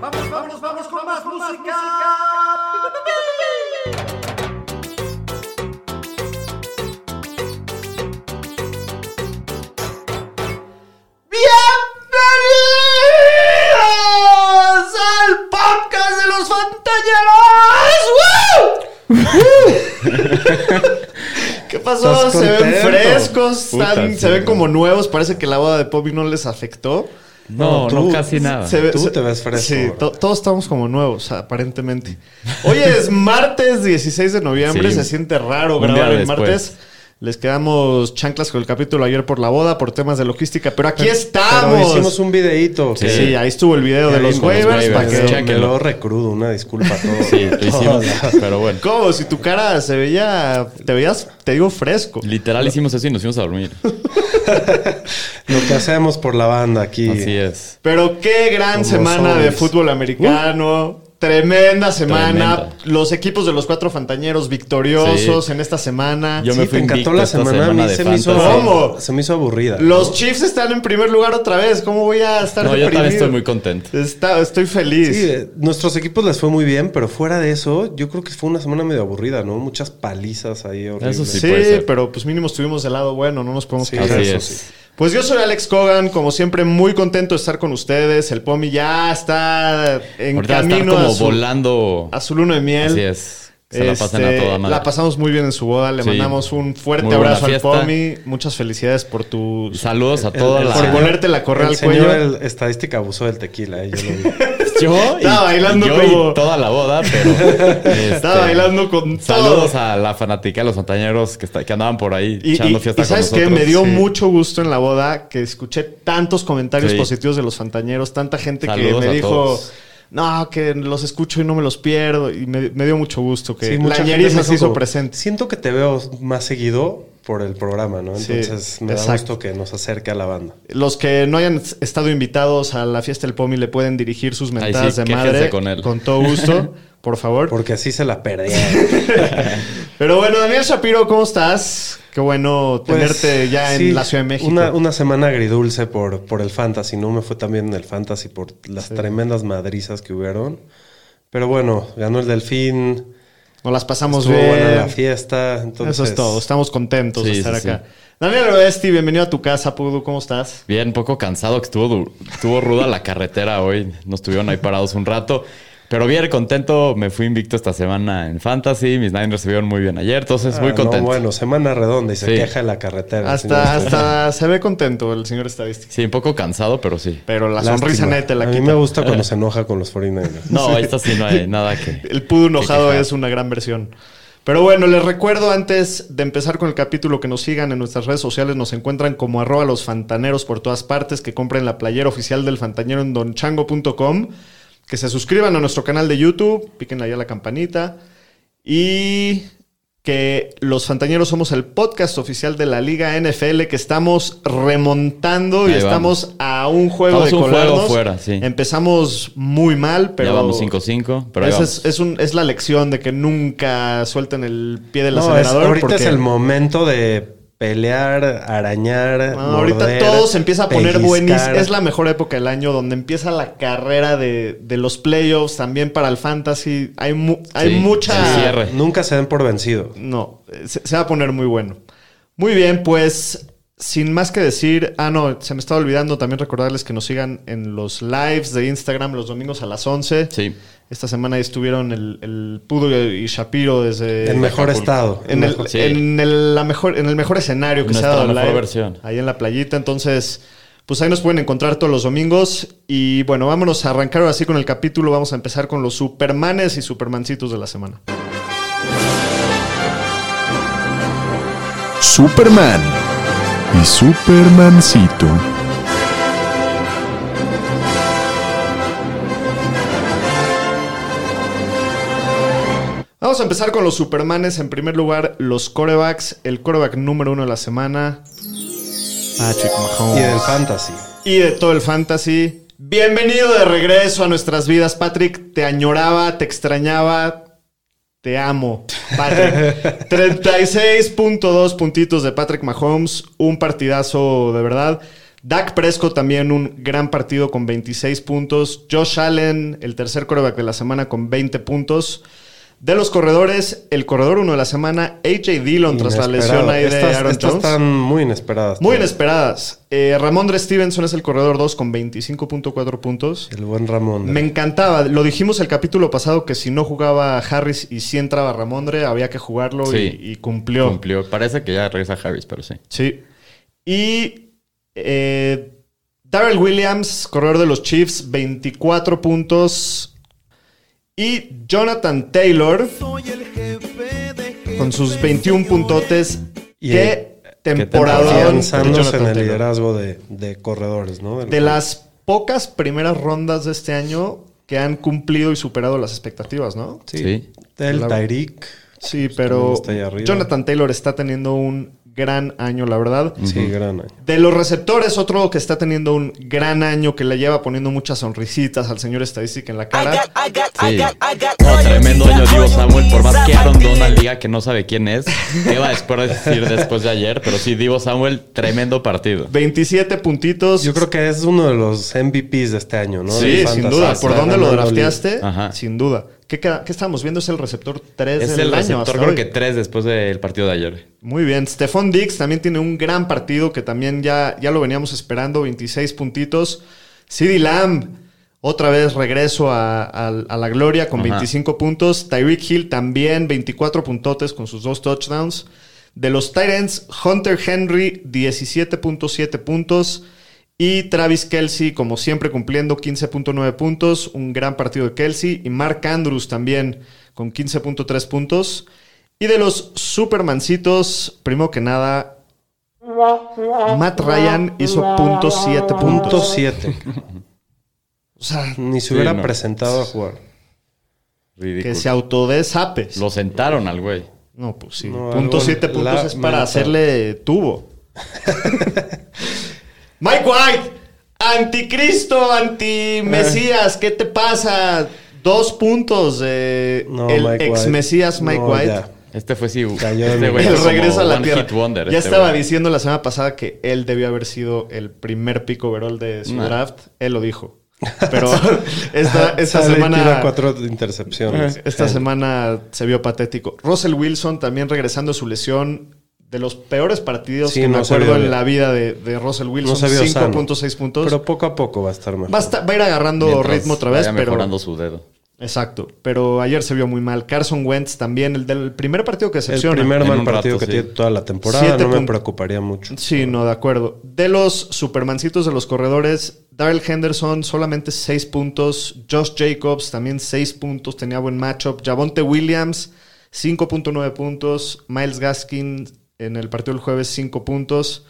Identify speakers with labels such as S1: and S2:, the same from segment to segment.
S1: Vamos, vamos, vamos con más música. Bienvenidos al podcast de los fantañeros. ¡Woo! ¿Qué pasó?
S2: ¿Estás
S1: Se ven
S2: contento?
S1: frescos,
S3: Puta,
S1: están-
S3: sí,
S1: se ven
S3: güey.
S1: como nuevos. Parece que la boda de Poppy no les afectó.
S3: No,
S2: No,
S3: no,
S2: tú-
S3: casi nada.
S1: Se ve-
S2: Tú
S1: se-
S2: te ves fresco,
S1: Sí,
S2: bro.
S1: to- todos estamos como nuevos, aparentemente. Hoy es martes 16 de noviembre,
S3: Sí.
S1: se siente raro
S3: Un
S1: grabar
S3: día
S1: el
S3: después.
S1: martes. Les quedamos chanclas con el capítulo ayer por la boda, por temas de logística, pero aquí estamos.
S2: Pero hicimos un videíto.
S1: sí,
S3: Sí.
S1: sí, ahí estuvo el video de los
S3: vimos los
S1: waivers
S3: waivers,
S1: para que.
S3: sí.
S2: Me
S3: Chéquenlo.
S2: lo recrudo, una disculpa a todos.
S3: Sí, lo hicimos, pero bueno.
S1: ¿Cómo? Si tu cara se veía, te veías, te digo, fresco.
S3: Literal hicimos eso y nos fuimos a dormir.
S2: Lo que hacemos por la banda aquí.
S3: Así es.
S1: Pero qué gran
S2: Como
S1: semana
S2: zombies.
S1: de fútbol americano. Tremenda semana.
S3: Uh. Tremenda.
S1: Los equipos de los cuatro fantañeros victoriosos
S3: Sí.
S1: en esta semana.
S3: Yo
S2: Sí,
S3: me fui
S2: te encantó
S3: invicto
S2: la
S3: esta
S2: semana. A
S3: semana
S2: mí
S3: de
S2: se me, hizo,
S3: fantasy.
S1: ¿Cómo?
S2: se me hizo aburrida.
S1: Los Chiefs están en primer lugar otra vez. ¿Cómo voy a estar
S3: No, yo
S1: deprimido?
S3: también estoy muy contento.
S1: Está- estoy
S2: Sí,
S1: feliz.
S2: eh, nuestros equipos les fue muy bien, pero fuera de eso, yo creo que fue una semana medio aburrida, ¿no? Muchas palizas ahí. horribles.
S3: Eso
S1: Sí,
S3: sí puede ser.
S1: pero pues mínimo estuvimos del lado bueno, no nos podemos
S2: Sí,
S1: quejar.
S3: Así
S2: eso
S3: es.
S2: sí.
S1: Pues yo soy Alex Cogan, como siempre muy contento de estar con ustedes. El Pomi ya está en
S3: Ahorita
S1: camino
S3: estar como
S1: a, su,
S3: volando.
S1: a su luna de miel.
S3: Así es. Se la pasan a
S1: Este,
S3: toda madre.
S1: la pasamos muy bien en su boda. Le
S3: Sí.
S1: mandamos un fuerte
S3: Muy buena
S1: abrazo al
S3: fiesta.
S1: Pomi. Muchas felicidades por tu...
S3: Saludos a
S2: El-
S3: toda
S2: el
S3: la.
S1: por
S2: señor-
S1: ponerte la correa
S2: el
S1: al cuello.
S2: señor, el estadística abusó del tequila, eh, yo lo vi.
S3: Yo y,
S1: Estaba bailando
S3: y yo y
S1: como-
S3: toda la boda, pero. este,
S1: Estaba bailando con
S3: Saludos
S1: todo.
S3: a la fanática de los montañeros que, está- que andaban por ahí
S1: Y,
S3: echando
S1: y-
S3: fiesta
S1: y sabes
S3: con
S1: que
S3: nosotros.
S1: me dio
S3: Sí.
S1: mucho gusto en la boda que escuché tantos comentarios
S3: Sí.
S1: positivos de los fantañeros, tanta gente
S3: Saludos
S1: que
S3: a
S1: me dijo,
S3: todos.
S1: no, que los escucho y no me los pierdo. Y me, me dio mucho gusto que
S2: Sí,
S1: la
S2: mucha gente me
S1: ñeriza
S2: dijo
S1: se hizo
S2: como,
S1: presente.
S2: Siento que te veo más seguido por el programa, ¿no?
S1: Sí,
S2: Entonces me da
S1: exacto.
S2: gusto que nos acerque a la banda.
S1: Los que no hayan estado invitados a la fiesta del POMI le pueden dirigir sus mentadas
S3: sí,
S1: de
S3: quéjense
S1: madre.
S3: con él.
S1: todo gusto, por favor.
S2: Porque así se la perdí.
S1: Pero bueno, Daniel Shapiro, ¿cómo estás? Qué bueno
S2: Pues,
S1: tenerte ya en
S2: sí,
S1: la Ciudad de México.
S2: Una, una semana agridulce por, por el fantasy. No me fue tan bien en el fantasy por las tremendas madrizas que hubieron. Pero bueno, ganó el delfín.
S1: Nos las pasamos
S2: estuvo
S1: Pues bien.
S2: buena la fiesta. Entonces,
S1: Eso es todo. Estamos contentos de
S3: Sí,
S1: estar
S3: sí,
S1: acá. Daniel Oesti, bienvenido a tu casa, Pudu. ¿Cómo estás?
S3: Bien, poco cansado, que estuvo, du- estuvo ruda la carretera hoy. Nos estuvieron ahí parados un rato. Pero bien contento, me fui invicto esta semana en Fantasy. Mis Niners se vieron muy bien ayer, entonces
S2: Ah,
S3: muy
S2: no,
S3: contento.
S2: bueno, semana redonda y se
S3: Sí.
S2: queja de la carretera.
S1: Hasta,
S2: señor.
S1: hasta se ve contento el señor estadístico.
S3: Sí, un poco cansado, pero sí.
S1: Pero la
S2: Lástima.
S1: sonrisa neta la
S2: A
S1: quita.
S2: mí me gusta cuando se enoja con los 49ers.
S3: No, esta sí no hay nada que.
S1: El Pudu enojado
S3: quejar.
S1: es una gran versión. Pero bueno, les recuerdo antes de empezar con el capítulo que nos sigan en nuestras redes sociales. Nos encuentran como arroba los fantaneros por todas partes, que compren la playera oficial del fantanero en donchango.com, que se suscriban a nuestro canal de YouTube, piquen allá la campanita y que los fantañeros somos el podcast oficial de la Liga NFL, que estamos remontando y
S3: Ahí vamos.
S1: estamos a un juego
S3: Estamos
S1: de
S3: un juego
S1: colarnos.
S3: fuera, sí.
S1: Empezamos muy mal, pero
S3: ya vamos 5-5, pero ahí
S1: esa
S3: vamos.
S1: es, es un- es la lección de que nunca suelten el pie del
S2: No, es-
S1: acelerador.
S2: ahorita
S1: porque-
S2: es el momento de pelear, arañar.
S1: No, ahorita
S2: morder,
S1: todo se empieza a poner
S2: pellizcar.
S1: buenísimo. Es la mejor época del año donde empieza la carrera de, de los playoffs también para el fantasy. Hay, mu- hay
S3: Sí,
S1: mucha.
S3: el cierre.
S2: Nunca se den por vencido.
S1: No, se, se va a poner muy bueno. Muy bien, pues sin más que decir, ah, no, se me estaba olvidando también recordarles que nos sigan en los lives de Instagram los domingos a las 11.
S3: Sí.
S1: Esta semana ahí estuvieron el, el Pudo y Shapiro desde.
S2: en mejor estado.
S1: En el,
S3: Sí.
S1: en, el, la mejor, en el mejor escenario que se
S3: Nuestra
S1: ha dado
S3: mejor
S1: live,
S3: versión.
S1: Ahí en la playita. Entonces, pues ahí nos pueden encontrar todos los domingos. Y bueno, vámonos a arrancar ahora sí con el capítulo. Vamos a empezar con los supermanes y supermancitos de la semana.
S4: Superman y Supermancito.
S1: Vamos a empezar con los supermanes. En primer lugar, los corebacks. El coreback número uno de la semana. Patrick
S2: y
S1: Mahomes.
S2: del fantasy.
S1: y de todo el fantasy. Bienvenido de regreso a nuestras vidas, Patrick. Te añoraba, te extrañaba, te amo, Patrick. 36.2 puntitos de Patrick Mahomes, un partidazo de verdad. Dak Presco también un gran partido con 26 puntos. Josh Allen, el tercer coreback de la semana con 20 puntos. De los corredores, el corredor uno de la semana, AJ Dillon tras la lesión
S2: Inesperado.
S1: ahí de
S2: estas,
S1: Aaron
S2: estas
S1: Jones.
S2: están muy inesperadas.
S1: Muy
S2: inesperadas.
S1: inesperadas. Eh, Ramondre Stevenson es el corredor 2 con 25.4 puntos.
S2: El buen Ramón.
S1: Me encantaba. Lo dijimos el capítulo pasado que si no jugaba Harris y si entraba Ramondre, había que jugarlo y-
S3: Sí.
S1: y, cumplió.
S3: Cumplió. Parece que ya regresa Harris, pero sí.
S1: Sí. Y eh, Darrell Williams, corredor de los Chiefs, 24 puntos. Y Jonathan Taylor con sus 21 puntotes.
S2: Y
S1: Qué temporada
S2: Avanzándose en el liderazgo de, de corredores, ¿no? Del-
S1: de las pocas primeras rondas de este año que han cumplido y superado las expectativas, ¿no?
S2: Sí.
S3: Sí.
S2: Del
S1: la-
S2: Tyreek.
S1: Sí,
S3: Pues
S2: también
S1: pero
S2: está ahí arriba.
S1: Jonathan Taylor está teniendo un gran año, la verdad.
S2: Sí, gran año.
S1: De los receptores, otro que está teniendo un gran año, que le lleva poniendo muchas sonrisitas al señor estadística en la cara.
S3: Sí. No, tremendo año, digo Samuel. Por más que Aaron Donald diga que no sabe quién es, ¿qué va a después decir después de ayer? Pero sí, Divo Samuel, tremendo partido.
S1: 27 puntitos.
S2: Yo creo que es uno de los MVPs de este año, ¿no? Del
S1: Sí, sin
S2: fantasy.
S1: duda.
S2: Está
S1: ¿Por dónde lo
S2: ganando la
S1: drafteaste?
S3: Ajá.
S1: Sin duda. ¿Qué, queda- qué estábamos viendo? Es el receptor 3
S3: Es
S1: del
S3: el
S1: año. hasta
S3: receptor, creo
S1: hoy.
S3: que tres después del partido de ayer.
S1: Muy bien. Stephon Dix también tiene un gran partido que también ya, ya lo veníamos esperando, 26 puntitos. CeeDee Lamb, otra vez regreso a, a- a la gloria con
S3: Ajá.
S1: 25 puntos. Tyreek Hill también, 24 puntotes con sus dos touchdowns. De los Titans, Hunter Henry, 17.7 puntos. Y Travis Kelsey, como siempre, cumpliendo 15.9 puntos. Un gran partido de Kelsey. Y Mark Andrews también con 15.3 puntos. Y de los Supermancitos, primero que nada, Matt Ryan hizo punto siete
S2: Punto
S1: puntos.
S2: siete.
S1: O sea,
S2: Ni se
S3: Sí,
S2: hubiera
S3: no.
S2: presentado a jugar.
S3: Ridículo.
S1: que se autodesapes.
S3: Lo sentaron al güey.
S1: No, pues sí.
S2: No,
S1: punto
S2: algo
S1: siete puntos es para
S2: lamentable.
S1: hacerle tubo. Mike White, anticristo, anti-mesías, ¿qué te pasa? Dos puntos de
S2: No,
S1: el
S2: Mike
S1: ex
S2: White.
S1: mesías Mike
S2: No,
S1: White.
S2: ya.
S3: Este fue sí.
S2: Cayó
S3: este
S2: en-
S3: güey
S1: el
S3: es como
S1: regreso a la
S3: one
S1: tierra.
S3: hit wonder,
S1: ya
S3: este
S1: estaba
S3: güey.
S1: diciendo la semana pasada que él debió haber sido el primer pico overall de su
S3: Nah.
S1: draft. Él lo dijo. Pero esta, esta
S2: Sale y tira
S1: semana. este
S2: cuatro intercepciones.
S1: Eh, Esta semana se vio patético. Russell Wilson también regresando de su lesión. De los peores partidos
S2: Sí,
S1: que me
S2: no se
S1: acuerdo
S2: vio
S1: en
S2: bien.
S1: la vida de, de Russell
S2: No
S1: Wilson.
S2: se vio sano.
S1: 5.6 puntos.
S2: Pero poco a poco va a estar mejor.
S1: va, a esta- va a ir agarrando
S3: Mientras
S1: ritmo otra vez,
S3: vaya
S1: pero.
S3: mejorando su dedo.
S1: Exacto. Pero ayer se vio muy mal. Carson Wentz también, el del primer partido que
S2: El
S1: decepciona.
S2: primer
S3: En
S2: mal
S3: un
S2: partido
S3: rato,
S2: que
S3: sí.
S2: tiene toda la temporada.
S1: Siete
S2: no me
S1: pun-
S2: preocuparía mucho.
S1: Sí, no, de acuerdo. De los supermancitos de los corredores, Darrell Henderson solamente 6 puntos, Josh Jacobs también 6 puntos, tenía buen matchup, Javonte Williams 5.9 puntos, Miles Gaskin en el partido del jueves 5 puntos,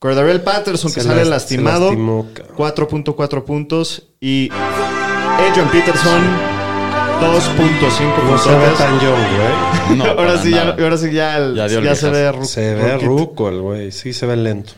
S1: Cordarrell Patterson que
S2: Se
S1: sale
S2: las- se
S1: lastimado
S2: lastimó, cabrón.
S1: 4.4 puntos y Adrian Peterson 2.5
S2: No se ve
S1: puntos.
S2: tan young, güey.
S3: No,
S1: ahora,
S3: para
S1: sí, ya,
S3: nada.
S1: ahora sí ya, el-
S3: Ya dio el
S1: ya se ve
S3: viejazo.
S1: ru-
S2: Se ve
S1: ruquito.
S2: ruco el güey. Sí, se ve lento.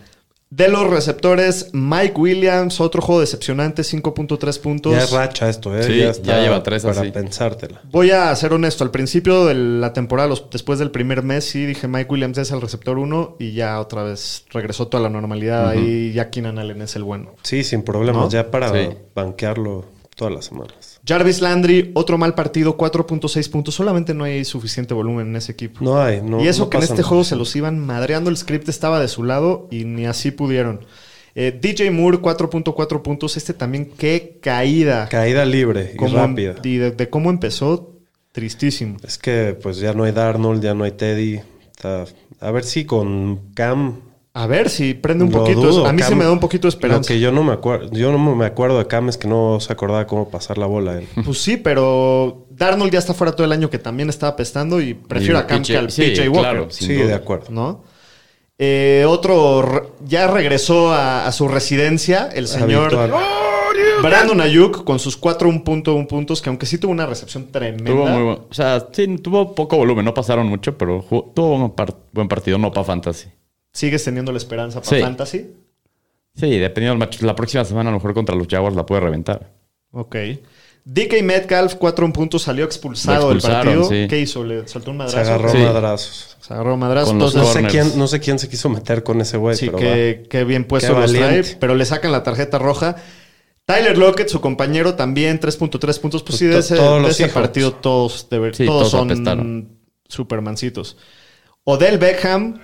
S1: De los receptores, Mike Williams, otro juego decepcionante, 5.3 puntos.
S2: ya es racha esto, ¿eh?
S3: Sí, ya lleva tres
S2: para
S3: así.
S2: pensártela.
S1: Voy a ser honesto, al principio de la temporada, los- después del primer mes, sí dije Mike Williams es el receptor 1 y ya otra vez regresó toda la normalidad. Ahí ya Keenan Allen es el bueno.
S2: Sí, sin problemas.
S1: ¿No?
S2: Ya para
S3: Sí.
S2: banquearlo todas las semanas.
S1: Jarvis Landry, otro mal partido, 4.6 puntos. Solamente no hay suficiente volumen en ese equipo.
S2: No hay, no.
S1: y eso
S2: no
S1: que en
S2: pasa
S1: este
S2: nada.
S1: juego se los iban madreando, el script estaba de su lado y ni así pudieron. Eh, DJ Moore, 4.4 puntos. Este también, qué caída.
S2: Caída libre y
S1: cómo-
S2: rápida.
S1: y de, de cómo empezó, tristísimo.
S2: Es que pues ya no hay Darnold, ya no hay Teddy. Está- A ver si con Cam.
S1: A ver si prende un
S2: lo
S1: poquito.
S2: dudo.
S1: a mí se
S2: Cam-
S1: me da un poquito de esperanza.
S2: Lo que yo no me acuerdo, yo no me acuerdo de Cam es que no se acordaba cómo pasar la bola a él.
S1: Pues sí, pero Darnold ya está fuera todo el año que también estaba apestando y prefiero
S3: Y
S1: a Cam
S3: PJ
S1: que al
S3: sí,
S1: PJ Walker.
S3: claro. Sin
S2: Sí,
S3: duda.
S2: de acuerdo.
S1: ¿No? Eh, otro re- ya regresó a, a su residencia el señor
S2: Habitual.
S1: Brandon Ayuk con sus 4.1 puntos, que aunque sí tuvo una recepción tremenda.
S3: Tuvo muy bueno. O sea, sí, tuvo poco volumen, no pasaron mucho, pero jugó- tuvo un par- buen partido, no para fantasy.
S1: ¿Sigues teniendo la esperanza para
S3: Sí.
S1: Fantasy?
S3: Sí, dependiendo del match. La próxima semana, a lo mejor contra los Jaguars la puede reventar.
S1: Ok. DK Metcalf, cuatro en punto, salió expulsado
S3: Lo
S1: del
S3: expulsaron,
S1: partido.
S3: sí.
S1: ¿Qué hizo? ¿Le saltó un
S2: Se
S1: madrazo?
S2: agarró
S3: Sí.
S2: madrazos.
S1: Se agarró madrazo.
S3: Con los
S2: No
S1: Entonces,
S2: sé,
S3: Corners.
S2: quién, no sé quién se quiso meter con ese güey,
S1: sí,
S2: pero
S1: que, que bien puesto
S2: Qué
S1: los trae,
S2: valiente.
S1: pero le sacan la tarjeta roja. Tyler Lockett, su compañero, también 3.3 puntos. Pues
S2: Pues
S1: sí, de
S2: to-
S1: ese,
S2: todos
S1: de
S2: los
S1: ese
S2: Seahawks.
S1: partido todos, de ver-
S3: Sí,
S1: todos,
S3: todos
S1: son
S3: apestaron.
S1: supermancitos. Odell Beckham,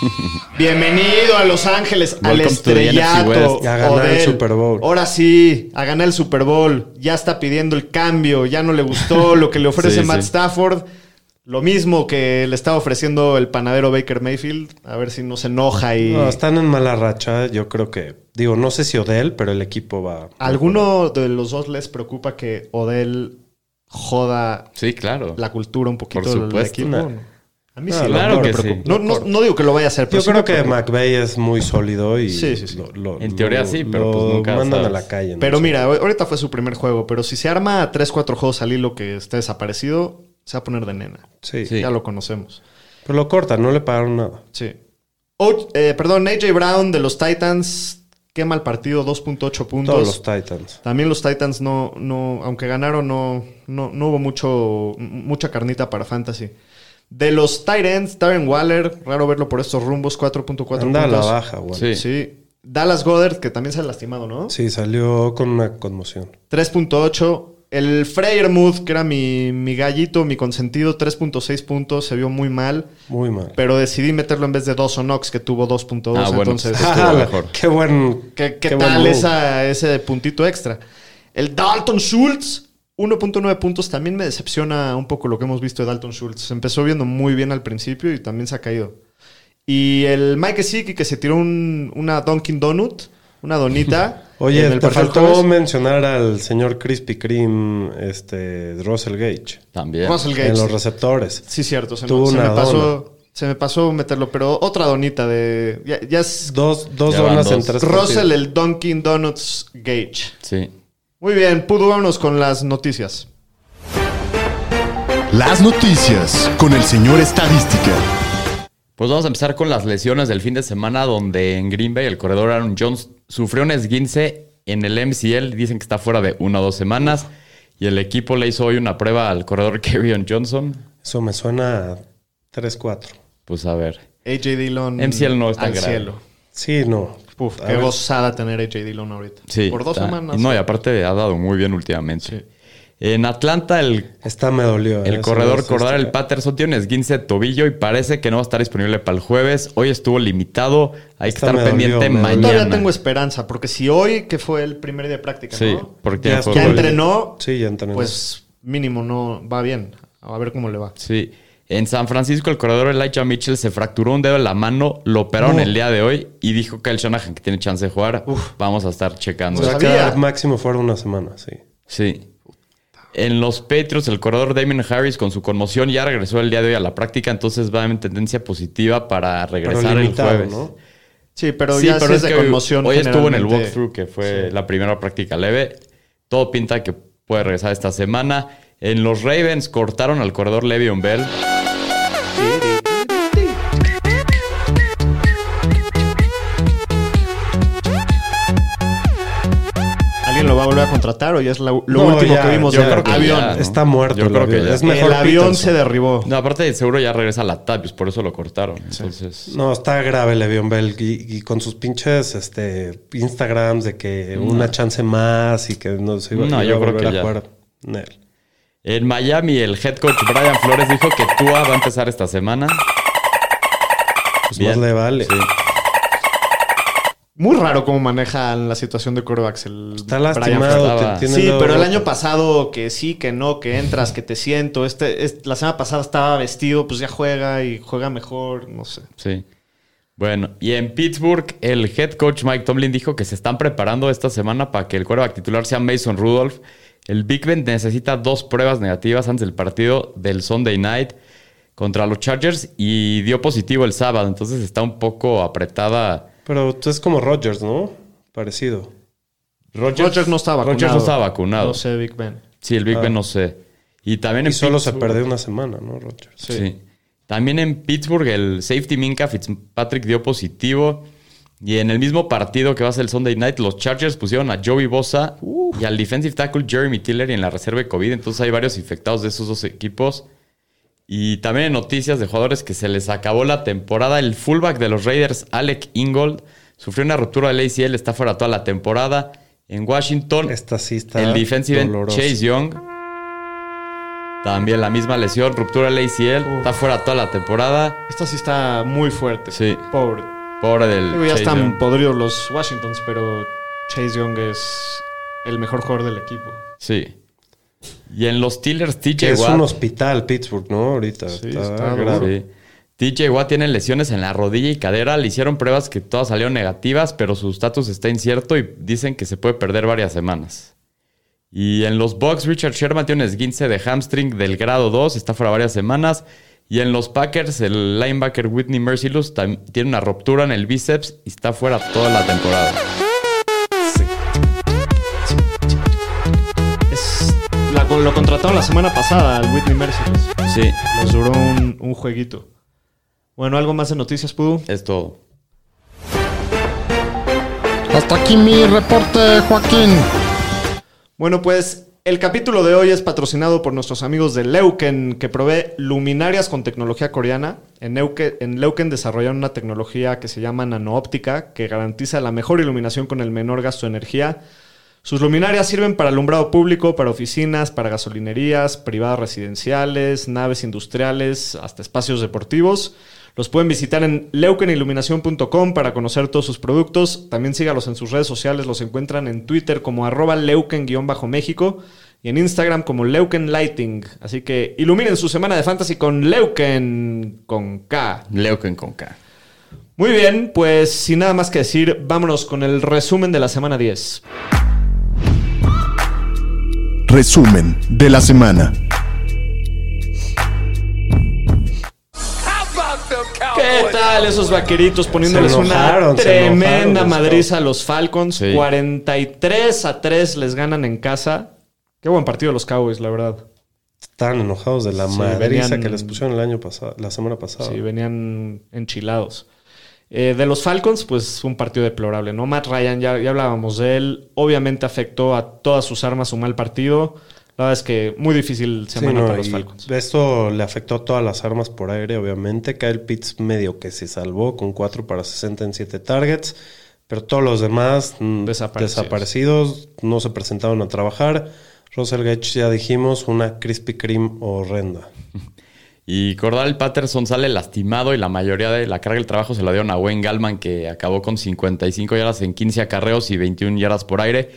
S1: bienvenido a Los Ángeles, al
S3: Welcome to the NFC
S1: estrellato.
S3: West.
S2: Y a ganar el
S1: Odell.
S2: Super Bowl.
S1: Ahora sí, a ganar el Super Bowl. Ya está pidiendo el cambio, ya no le gustó lo que le ofrece
S3: Sí,
S1: Matt
S3: sí.
S1: Stafford. Lo mismo que le estaba ofreciendo el panadero Baker Mayfield. A ver si no se enoja y.
S2: va. No, están en mala racha. Yo creo que. Digo, no sé si Odell, pero el equipo va.
S1: ¿Alguno de los dos les preocupa que Odell joda
S3: Sí, claro.
S1: la cultura un poquito
S3: Por
S1: del
S3: supuesto.
S1: equipo?
S2: No.
S1: A mí
S2: Ah,
S1: sí.
S2: no,
S3: claro
S2: no
S3: que
S2: me
S3: sí.
S2: preocupa.
S1: No, no- no digo que lo vaya a hacer, pero
S2: Yo
S1: sí
S2: creo
S1: me
S2: que
S1: preocupa.
S2: McVeigh es muy sólido y
S1: Sí, sí, sí.
S2: lo- lo-
S3: En teoría
S2: lo-
S3: sí, pero
S2: lo
S3: pues nunca
S2: mandan
S3: sabes.
S2: a la calle. ¿no?
S1: Pero mira, ahorita fue su primer juego, pero si se arma 3-4 juegos al hilo que esté desaparecido, se va a poner de nena.
S2: Sí.
S3: Sí.
S1: Ya lo conocemos.
S2: Pero lo cortan, no le pagaron nada.
S1: Sí. O- eh, perdón, AJ Brown de los Titans. Qué mal partido, 2.8 puntos.
S2: Todos los Titans.
S1: También los Titans no, no, aunque ganaron, no, no, no hubo mucho, m- mucha carnita para fantasy. De los Titans, Darren Waller, raro verlo por estos rumbos, 4.4
S2: Anda a la
S1: puntos.
S2: baja, güey.
S3: Sí.
S1: Sí. Dallas Goddard, que también se ha lastimado, ¿no?
S2: Sí, salió con una conmoción.
S1: 3.8. El Freyermuth, que era mi, mi gallito, mi consentido, 3.6 puntos, se vio muy mal.
S2: Muy mal.
S1: Pero decidí meterlo en vez de dos Onox, que tuvo 2.2.
S3: Ah, bueno,
S1: entonces,
S3: pues, estuvo mejor.
S2: Qué buen.
S1: ¿Qué, qué
S2: buen
S1: tal
S2: move.
S1: esa, ese puntito extra? El Dalton Schultz, 1.9 puntos. También me decepciona un poco lo que hemos visto de Dalton Schultz. Se empezó viendo muy bien al principio y también se ha caído. Y el Mike Siki que se tiró un- una Dunkin' Donut, una donita.
S2: Oye,
S1: en el
S2: te
S1: partido del
S2: faltó
S1: jueves.
S2: mencionar al señor Crispy Cream, este, Russell Gage.
S3: También.
S1: Russell
S2: En
S1: Gage.
S2: los receptores.
S1: Sí, cierto. Se, me-
S2: Tuvo
S1: se
S2: una
S1: me pasó, se me pasó meterlo, pero otra donita de. Ya, ya es
S2: Dos, dos
S3: Ya van
S2: donas
S3: dos.
S2: en tres
S1: Russell,
S2: partidos.
S1: el Dunkin' Donuts Gage.
S3: Sí.
S1: Muy bien, Pudu, vámonos con las noticias.
S4: Las noticias con el señor Estadística.
S3: Pues vamos a empezar con las lesiones del fin de semana, donde en Green Bay el corredor Aaron Jones sufrió un esguince en el MCL. Dicen que está fuera de una o dos semanas. Y el equipo le hizo hoy una prueba al corredor Kerryon Johnson.
S2: Eso me suena a 3-4.
S3: Pues a ver.
S1: AJ Dillon.
S3: MCL no es tan
S1: al
S3: grave.
S1: cielo.
S2: Sí, no.
S1: Uf,
S2: A
S1: qué
S2: ver,
S1: gozada tener AJ Dillon ahorita.
S3: Sí.
S1: Por dos
S3: está-
S1: semanas.
S3: No, y aparte ha dado muy bien últimamente. En Atlanta, el,
S2: Esta me dolió.
S3: el
S2: eh,
S3: corredor
S2: esa me
S3: Cordar el
S2: asusta.
S3: Patterson tiene un esguince de tobillo y parece que no va a estar disponible para el jueves. Hoy estuvo limitado. Hay que
S2: Esta
S3: estar
S2: me dolió,
S3: pendiente
S2: me dolió.
S3: mañana.
S1: Todavía tengo esperanza, porque si hoy, que fue el primer día de práctica,
S3: Sí,
S1: ¿no?
S3: porque
S2: Ya
S3: tiene
S2: estoy-
S3: juego
S1: Ya
S3: el-
S1: entrenó,
S2: Sí, ya entrenó.
S1: pues mínimo no va bien. A ver cómo le va.
S3: Sí. En San Francisco, el corredor Elijah Mitchell se fracturó un dedo en la mano, lo operaron
S2: No.
S3: el día de hoy y dijo Kyle Shanahan que tiene chance de jugar. Vamos a estar checando.
S2: Se va a
S1: sabía.
S2: quedar máximo fuera una semana, sí.
S3: Sí. En los Patriots, el corredor Damon Harris con su conmoción ya regresó el día de hoy a la práctica, entonces va en tendencia positiva para regresar
S2: limitado,
S3: el jueves.
S2: ¿no?
S1: Sí, pero
S3: sí,
S1: ya
S3: pero
S1: sí
S3: es
S1: es de
S3: que hoy-
S1: conmoción.
S3: hoy estuvo en el
S1: generalmente.
S3: walkthrough, que fue la primera práctica leve. Todo pinta que puede regresar esta semana. En los Ravens cortaron al corredor Le'Veon Bell.
S1: ¿Alguien lo va a volver a contratar o ya es la- lo
S2: No,
S1: último
S2: ya,
S1: que vimos
S2: yo
S1: del
S2: creo que
S1: avión?
S3: ya, ¿no?
S2: Está muerto.
S3: Yo
S2: el
S3: creo que
S2: avión.
S3: ya.
S2: Es mejor
S1: el avión
S2: Peterson.
S1: se derribó.
S3: No, aparte de seguro ya regresa la Latavius, por eso lo cortaron. Entonces,
S2: No, está grave Le'Veon Bell y, y con sus pinches este, Instagrams de que una chance más y que no se iba,
S3: No,
S2: iba
S3: yo creo
S2: a volver
S3: que
S2: a
S3: ya.
S2: jugar. Nel.
S3: en Miami el head coach Brian Flores dijo que Tua va a empezar esta semana.
S2: Pues más le vale.
S3: Sí.
S1: Muy raro cómo manejan la situación de corebacks. El
S2: Está
S1: Brian
S3: Flores.
S2: lastimado.
S3: Estaba-
S2: te- tiene
S1: Sí,
S2: lo-
S1: pero el año pasado que sí, que no, que entras, que te siento. Este, es- la semana pasada estaba vestido, pues ya juega y juega mejor, no sé.
S3: Sí. Bueno, y en Pittsburgh, el head coach Mike Tomlin dijo que se están preparando esta semana para que el quarterback titular sea Mason Rudolph. El Big Ben necesita dos pruebas negativas antes del partido del Sunday night contra los Chargers y dio positivo el sábado. Entonces está un poco apretada.
S2: Pero tú es como Rodgers, ¿no? Parecido.
S3: Rogers,
S1: Rogers no estaba vacunado.
S3: Rodgers no estaba vacunado.
S1: No sé, Big Ben.
S3: Sí, el Big Ben no sé. Y también
S2: Ah. Y
S3: en
S2: solo se
S3: Pittsburgh-
S2: perdió una semana, ¿no, Rodgers?
S3: Sí. También en Pittsburgh el safety Minka Fitzpatrick dio positivo. Y en el mismo partido que va a ser el Sunday Night, los Chargers pusieron a Joey Bosa y al defensive tackle Jeremy Tiller y en la reserva de COVID. Entonces hay varios infectados de esos dos equipos. Y también en noticias de jugadores que se les acabó la temporada, el fullback de los Raiders, Alec Ingold, sufrió una ruptura del ACL, está fuera toda la temporada. En Washington,
S2: Esta sí está
S3: el defensive end
S2: dolorosa.
S3: Chase Young. También la misma lesión, ruptura del ACL, está fuera toda la temporada.
S1: Esta sí está muy fuerte.
S3: Sí.
S1: Pobre.
S3: Pobre del
S1: Digo, ya
S3: Chase
S1: están
S3: Young.
S1: podridos los Washingtons, pero Chase Young es el mejor jugador del equipo.
S3: Sí. Y en los Steelers,
S2: Que
S3: TJ
S2: es un
S3: Watt.
S2: hospital, Pittsburgh, ¿no? Ahorita.
S1: Sí,
S2: está,
S1: está
S2: grave.
S3: Sí. TJ Watt tiene lesiones en la rodilla y cadera. Le hicieron pruebas que todas salieron negativas, pero su estatus está incierto y dicen que se puede perder varias semanas. Y en los Bucks, Richard Sherman tiene un esguince de hamstring del grado 2, está fuera varias semanas. Y en los Packers, el linebacker Whitney Mercilus tam- tiene una ruptura en el bíceps y está fuera toda la temporada.
S1: Es- la- lo contrataron la semana pasada al Whitney Merciless.
S3: Sí,
S1: Les duró un, un jueguito. Bueno, ¿algo más de noticias, Pudu?
S3: es todo.
S5: Hasta aquí mi reporte, Joaquín.
S1: Bueno, pues el capítulo de hoy es patrocinado por nuestros amigos de Leuken, que provee luminarias con tecnología coreana. En Leuken, en Leuken desarrollaron una tecnología que se llama nanoóptica, que garantiza la mejor iluminación con el menor gasto de energía. Sus luminarias sirven para alumbrado público, para oficinas, para gasolinerías, privadas residenciales, naves industriales, hasta espacios deportivos. Los pueden visitar en leukeniluminación.com para conocer todos sus productos. También sígalos en sus redes sociales, los encuentran en Twitter como arroba leuken-méxico y en Instagram como Leuken Lighting. Así que iluminen su semana de fantasy con Leuken con K.
S3: Leuken con K.
S1: Muy bien, pues sin nada más que decir, vámonos con el resumen de la semana 10.
S4: Resumen de la semana.
S1: ¿Qué tal esos vaqueritos poniéndoles
S2: Se
S1: una
S2: enojaron, se
S1: tremenda
S2: enojaron,
S1: madriza a los Falcons?
S3: Sí.
S1: 43 a 3 les ganan en casa. Qué buen partido los Cowboys, la verdad.
S2: Están enojados de la
S1: Sí,
S2: madriza
S1: venían-
S2: que les pusieron el año pasado, la semana pasada.
S1: Sí, venían enchilados. Eh, de los Falcons, pues un partido deplorable, ¿no? Matt Ryan, ya, ya hablábamos de él. Obviamente afectó a todas sus armas su mal partido. La verdad es que muy difícil
S2: Sí,
S1: semana
S2: no,
S1: para los
S2: y
S1: Falcons.
S2: Esto le afectó a todas las armas por aire, obviamente. Kyle Pitts medio que se salvó con 4 para 60 en 7 targets, pero todos los demás mm,
S1: Desaparecidos.
S2: desaparecidos, no se presentaron a trabajar. Russell Gage, ya dijimos, una Krispy Kreme horrenda.
S3: Y Cordal Patterson sale lastimado y la mayoría de la carga del trabajo se la dieron a Wayne Gallman, que acabó con 55 yardas en 15 acarreos y 21 yardas por aire.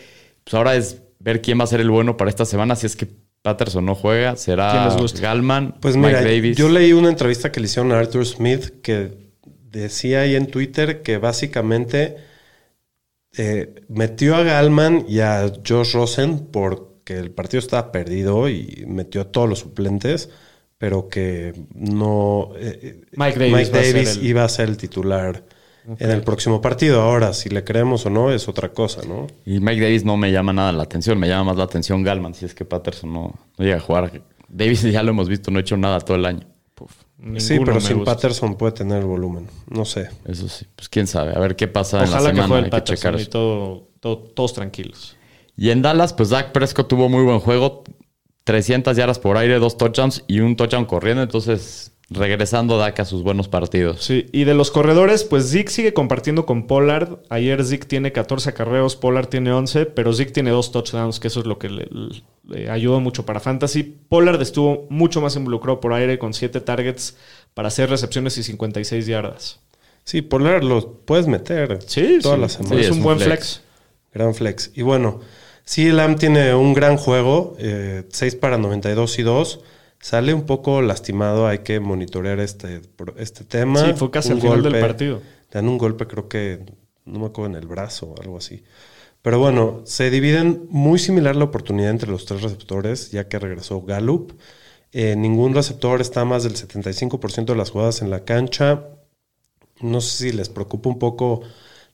S3: Pues ahora es ver quién va a ser el bueno para esta semana. Si es que Patterson no juega,
S1: ¿Quién
S3: será
S1: les gusta?
S3: Gallman,
S2: Pues
S3: Mike
S2: mira,
S3: Davis.
S2: yo leí una entrevista que le hicieron a Arthur Smith que decía ahí en Twitter que básicamente eh, metió a Gallman y a Josh Rosen porque el partido estaba perdido y metió a todos los suplentes, pero que no eh, eh,
S1: Mike Davis va a ser
S2: Davis
S1: el-
S2: iba a ser el titular en el próximo partido. Ahora, si le creemos o no, es otra cosa, ¿no?
S3: Y Mike Davis no me llama nada la atención, me llama más la atención Gallman, si es que Patterson no, no llega a jugar. Davis ya lo hemos visto, no ha hecho nada todo el año.
S2: sí,
S1: Ninguno
S2: pero
S1: me
S2: sin
S1: gusta.
S2: Patterson puede tener volumen. No sé.
S3: Eso sí, pues quién sabe, a ver qué pasa en la
S1: Ojalá que
S3: semana,
S1: juegue
S3: hay
S1: el
S3: que checar
S1: Patterson y
S3: eso.
S1: todo- todo- todos tranquilos.
S3: Y en Dallas, pues Dak Prescott tuvo muy buen juego. 300 yardas por aire, dos touchdowns y un touchdown corriendo. Entonces, regresando Dak a sus buenos partidos.
S1: Sí, y de los corredores, pues Zeke sigue compartiendo con Pollard. Ayer Zeke tiene 14 acarreos, Pollard tiene 11, pero Zeke tiene dos touchdowns, que eso es lo que le, le ayudó mucho para Fantasy. Pollard estuvo mucho más involucrado por aire con 7 targets para hacer recepciones y 56 yardas.
S2: Sí, Polar lo puedes meter todas las semanas.
S1: es
S3: es
S1: un
S3: un
S1: buen
S3: flex.
S1: flex.
S2: Gran flex. Y bueno, sí, Lam tiene un gran juego, 6 para 92 y 2. Sale un poco lastimado, hay que monitorear este, pro- este tema.
S1: Sí, fue casi
S2: Un
S1: al final del partido.
S2: Le dan un golpe, creo que, no me acuerdo, en el brazo o algo así. Pero bueno, se dividen muy similar la oportunidad entre los tres receptores, ya que regresó Gallup. Eh, ningún receptor está más del 75% de las jugadas en la cancha. No sé si les preocupa un poco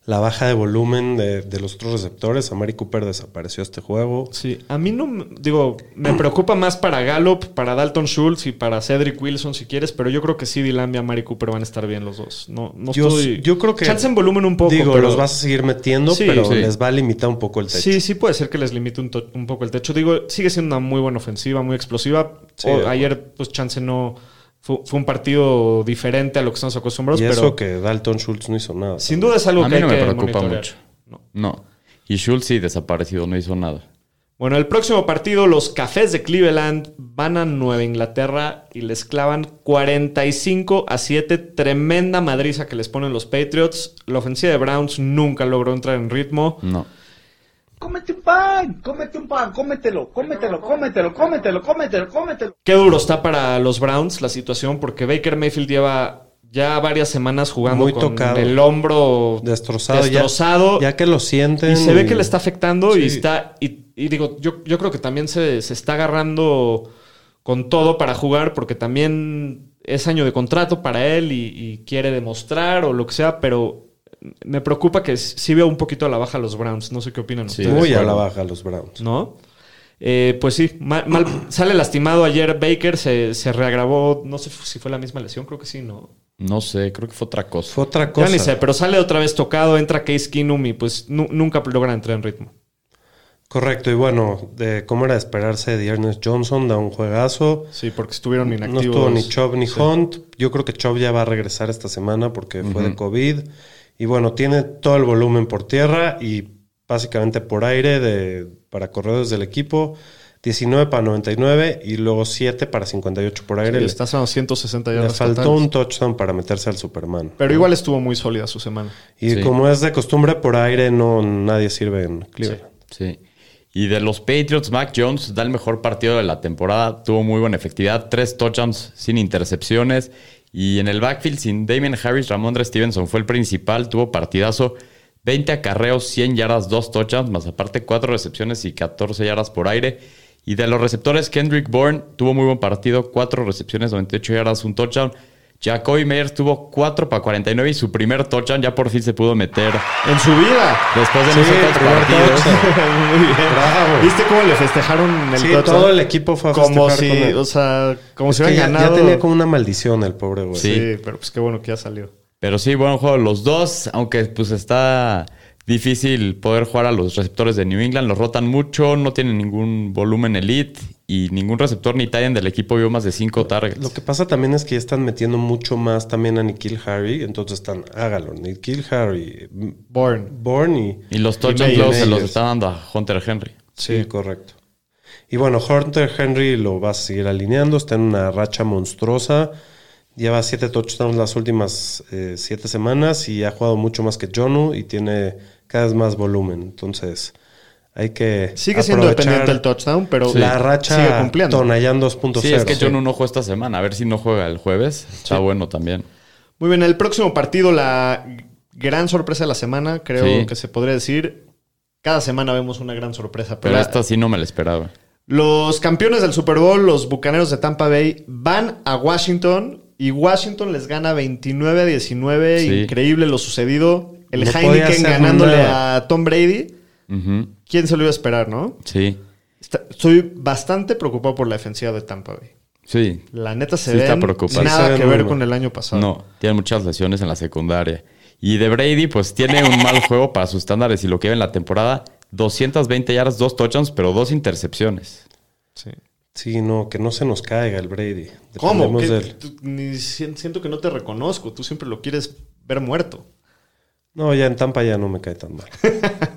S2: la baja de volumen de, de los otros receptores. Amari Cooper desapareció este juego.
S1: Sí, a mí no, m- digo, me preocupa más para Gallup, para Dalton Schultz y para Cedric Wilson si quieres, pero yo creo que sí, Lamb y Amari Cooper van a estar bien los dos. No, no
S2: Yo-
S1: estoy...
S2: yo creo que-
S1: Chance en volumen un poco,
S2: Digo,
S1: pero-
S2: los vas a seguir metiendo,
S1: Sí,
S2: pero
S3: sí.
S2: les va a limitar un poco el techo.
S1: Sí, sí puede ser que les limite un, to- un poco el techo. Digo, sigue siendo una muy buena ofensiva, muy explosiva.
S2: Sí,
S1: O-
S2: de acuerdo.
S1: ayer, pues Chance no... Fue, fue un partido diferente a lo que estamos acostumbrados,
S2: y
S1: pero...
S2: eso que Dalton Schultz no hizo nada.
S1: Sin duda es algo
S3: A
S1: que
S3: mí
S1: hay
S3: no me
S1: que
S3: preocupa
S1: monitorear.
S3: mucho.
S1: No.
S3: No. Y Schultz sí desaparecido, no hizo nada.
S1: Bueno, el próximo partido, los Cafés de Cleveland van a Nueva Inglaterra y les clavan 45 a 7. Tremenda madriza que les ponen los Patriots. La ofensiva de Browns nunca logró entrar en ritmo.
S3: No.
S6: Cómete un pan, cómete un pan, cómetelo, cómetelo, cómetelo, cómetelo, cómetelo, cómetelo.
S1: Qué duro está para los Browns la situación porque Baker Mayfield lleva ya varias semanas jugando
S2: Muy
S1: con
S2: tocado.
S1: el hombro
S2: Destrozado, ya-
S1: destrozado.
S2: Ya, que lo sienten.
S1: Y se ve que le
S2: y-
S1: está afectando y
S2: Sí.
S1: está. Y, y digo, yo, yo creo que también se, se está agarrando con todo para jugar, porque también es año de contrato para él y, y quiere demostrar o lo que sea, pero me preocupa que sí veo un poquito a la baja a los Browns. No sé qué opinan
S3: Sí.
S1: ustedes.
S2: Muy a
S3: acuerdo.
S2: la baja los Browns.
S1: ¿No? Eh, pues sí, mal- mal- sale lastimado ayer Baker, se, se reagravó, no sé si fue la misma lesión, creo que sí, ¿no?
S3: No sé, creo que fue otra cosa.
S2: Fue otra
S1: Ya
S2: cosa.
S1: ni sé, pero sale otra vez tocado, entra Case Keenum y pues nu- nunca logra entrar en ritmo.
S2: Correcto, y bueno, de cómo era de esperarse de Ernest Johnson, da un juegazo.
S1: Sí, porque estuvieron
S2: No
S1: inactivos.
S2: estuvo ni Chubb ni Hunt. Yo creo que Chubb ya va a regresar esta semana porque fue de COVID. Y bueno, tiene todo el volumen por tierra y básicamente por aire de, para corredores del equipo. 19 para 99 y luego 7 para 58 por aire.
S1: Sí,
S2: Le-
S1: estás a 160
S2: le
S1: yardas
S2: faltó
S1: totales.
S2: un touchdown para meterse al Superman.
S1: Pero igual estuvo muy sólida su semana.
S2: Y
S3: Sí.
S2: como es de costumbre, por aire no nadie sirve en Cleveland.
S3: Sí. Y de los Patriots, Mac Jones da el mejor partido de la temporada. Tuvo muy buena efectividad. Tres touchdowns sin intercepciones. Y en el backfield, sin Damien Harris, Ramondre Stevenson fue el principal. Tuvo partidazo. 20 acarreos, 100 yardas, dos touchdowns, más aparte cuatro recepciones y 14 yardas por aire. Y de los receptores, Kendrick Bourne tuvo muy buen partido, cuatro recepciones, 98 yardas, un touchdown. Jacoby Meyers tuvo 4 para 49 y su primer touchdown ya por fin se pudo meter
S1: En su vida.
S3: después de no
S2: Sí,
S3: sé cuántos
S2: primer
S3: partidos.
S2: touchdown.
S1: muy bien.
S2: Bravo.
S1: ¿Viste cómo le festejaron el
S2: Sí,
S1: touchdown?
S2: todo el equipo fue a
S1: Como
S2: festejar
S1: si,
S2: con él.
S1: o sea, como
S2: Es
S1: si
S2: que ya,
S1: hubieran
S2: ya
S1: ganado.
S2: tenía como una maldición el pobre güey.
S1: sí.
S3: Sí.
S1: pero pues qué bueno que ya salió.
S3: Pero sí, buen juego los dos, aunque pues está difícil poder jugar a los receptores de New England, los rotan mucho, no tienen ningún volumen elite y ningún receptor ni tight end del equipo vio más de cinco targets.
S2: Lo que pasa también es que ya están metiendo mucho más también a Nikhil Harry, entonces están, hágalo, Nikhil Harry, mm,
S1: Born.
S2: Bourne y...
S3: Y los
S1: Meyers.
S3: touchdowns luego se los
S2: Meyers.
S3: está dando a Hunter Henry.
S2: Sí, correcto. Y bueno, Hunter Henry lo va a seguir alineando, está en una racha monstruosa, lleva siete touchdowns las últimas eh, siete semanas y ha jugado mucho más que Jonu y tiene cada vez más volumen, entonces hay que...
S1: Sigue siendo
S2: aprovechar
S1: dependiente el touchdown, pero
S2: La racha
S1: sigue cumpliendo.
S2: Tonayán 2.0.
S3: Sí, es que
S2: Sí.
S3: John no juega esta semana, a ver si no juega el jueves. Está bueno también.
S1: Muy bien, el próximo partido, la gran sorpresa de la semana, creo
S3: Sí.
S1: que se podría decir. Cada semana vemos una gran sorpresa,
S3: Pero
S1: la-
S3: esta sí no me la esperaba.
S1: Los campeones del Super Bowl, los Bucaneros de Tampa Bay, van a Washington y Washington les gana 29 a 19.
S3: Sí.
S1: Increíble lo sucedido. El
S2: No podía
S1: Heineken
S2: hacer
S1: ganándole
S2: nada.
S1: a Tom Brady.
S3: Ujú,
S1: ¿Quién se lo iba a esperar, no?
S3: Sí,
S1: Está- estoy bastante preocupado por la defensiva de Tampa Bay.
S3: sí.
S1: La neta se
S3: Sí
S1: ve
S3: está preocupante.
S1: nada
S2: Sí se ven
S1: que ver
S2: muy
S1: con
S2: mal.
S1: el año pasado.
S3: No, tiene muchas lesiones en la secundaria. Y de Brady, pues tiene un mal juego para sus estándares y lo que ve en la temporada. 220 yardas, dos touchdowns, pero dos intercepciones.
S1: Sí.
S2: Sí, no, que no se nos caiga el Brady.
S1: ¿Cómo?
S2: Dependemos
S1: ¿Qué?
S2: de él.
S1: Tú- ni si- siento que no te reconozco. Tú siempre lo quieres ver muerto.
S2: No, ya en Tampa ya no me cae tan mal.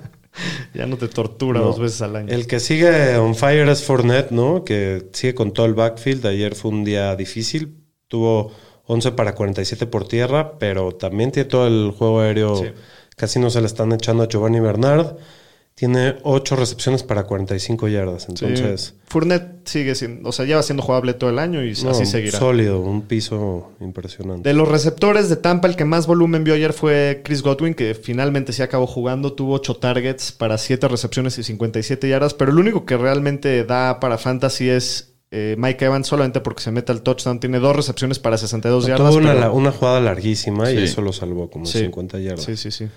S1: Ya no te tortura
S2: No.
S1: dos veces al año.
S2: El que sigue on fire es Fournette, ¿no? Que sigue con todo el backfield. Ayer fue un día difícil. Tuvo 11 para 47 por tierra, pero también tiene todo el juego aéreo.
S1: Sí.
S2: Casi no se le están echando a Giovanni Bernard. Tiene 8 recepciones para 45 yardas.
S1: Sí.
S2: Entonces,
S1: Fournette sigue siendo, o sea, lleva siendo jugable todo el año y
S2: no,
S1: Pues así seguirá.
S2: sólido, un piso impresionante.
S1: De los receptores de Tampa, el que más volumen vio ayer fue Chris Godwin, que finalmente se acabó jugando. Tuvo 8 targets para 7 recepciones y 57 yardas. Pero el único que realmente da para fantasy es eh, Mike Evans, solamente porque se mete al touchdown. Tiene 2 recepciones para 62 yardas.
S2: Tuvo una,
S1: pero-
S2: la- una jugada larguísima
S3: Sí.
S2: y eso lo salvó como
S1: Sí.
S2: 50 yardas.
S1: Sí, sí, sí.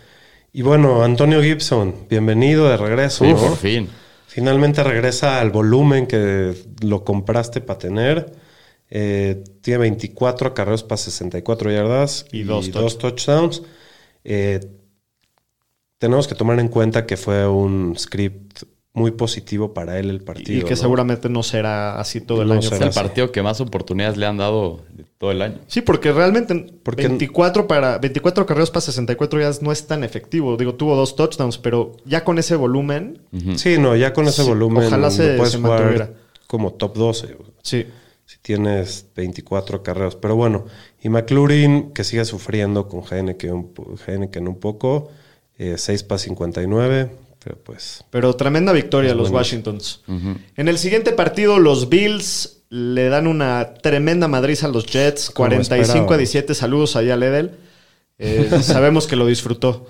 S2: Y bueno, Antonio Gibson, bienvenido de regreso.
S3: Sí,
S2: ¿no?
S3: por fin.
S2: Finalmente regresa al volumen que lo compraste para tener. Eh, tiene 24 acarreos para 64 yardas
S1: Y dos
S2: touchdowns. Eh, tenemos que tomar en cuenta que fue un script muy positivo para él el partido.
S1: y que
S2: ¿no?
S1: seguramente no será así todo el
S2: No
S1: año.
S2: será
S3: Es el
S2: Gracias.
S3: partido que más oportunidades le han dado de todo el año.
S1: Sí, porque realmente
S2: Porque-
S1: 24 para 24 carreras para 64 yardas no es tan efectivo. Digo, tuvo dos touchdowns, pero ya con ese volumen,
S3: Ujú.
S2: Sí, no, ya con ese
S1: Sí,
S2: volumen
S1: ojalá se-
S2: lo puedes
S1: se
S2: jugar
S1: mantuviera.
S2: como top 12.
S1: sí.
S2: si tienes 24 carreos. Pero bueno, y McLaurin que sigue sufriendo con Heineken un, po- Heineken un poco, eh, 6 para 59, pero pues
S1: Pero tremenda victoria a los Washingtons. En el siguiente partido, los Bills le dan una tremenda madriza a los Jets,
S2: Como
S1: 45 a
S2: esperábamos.
S1: 17. Saludos allá, Ledel. Eh, sabemos que lo disfrutó.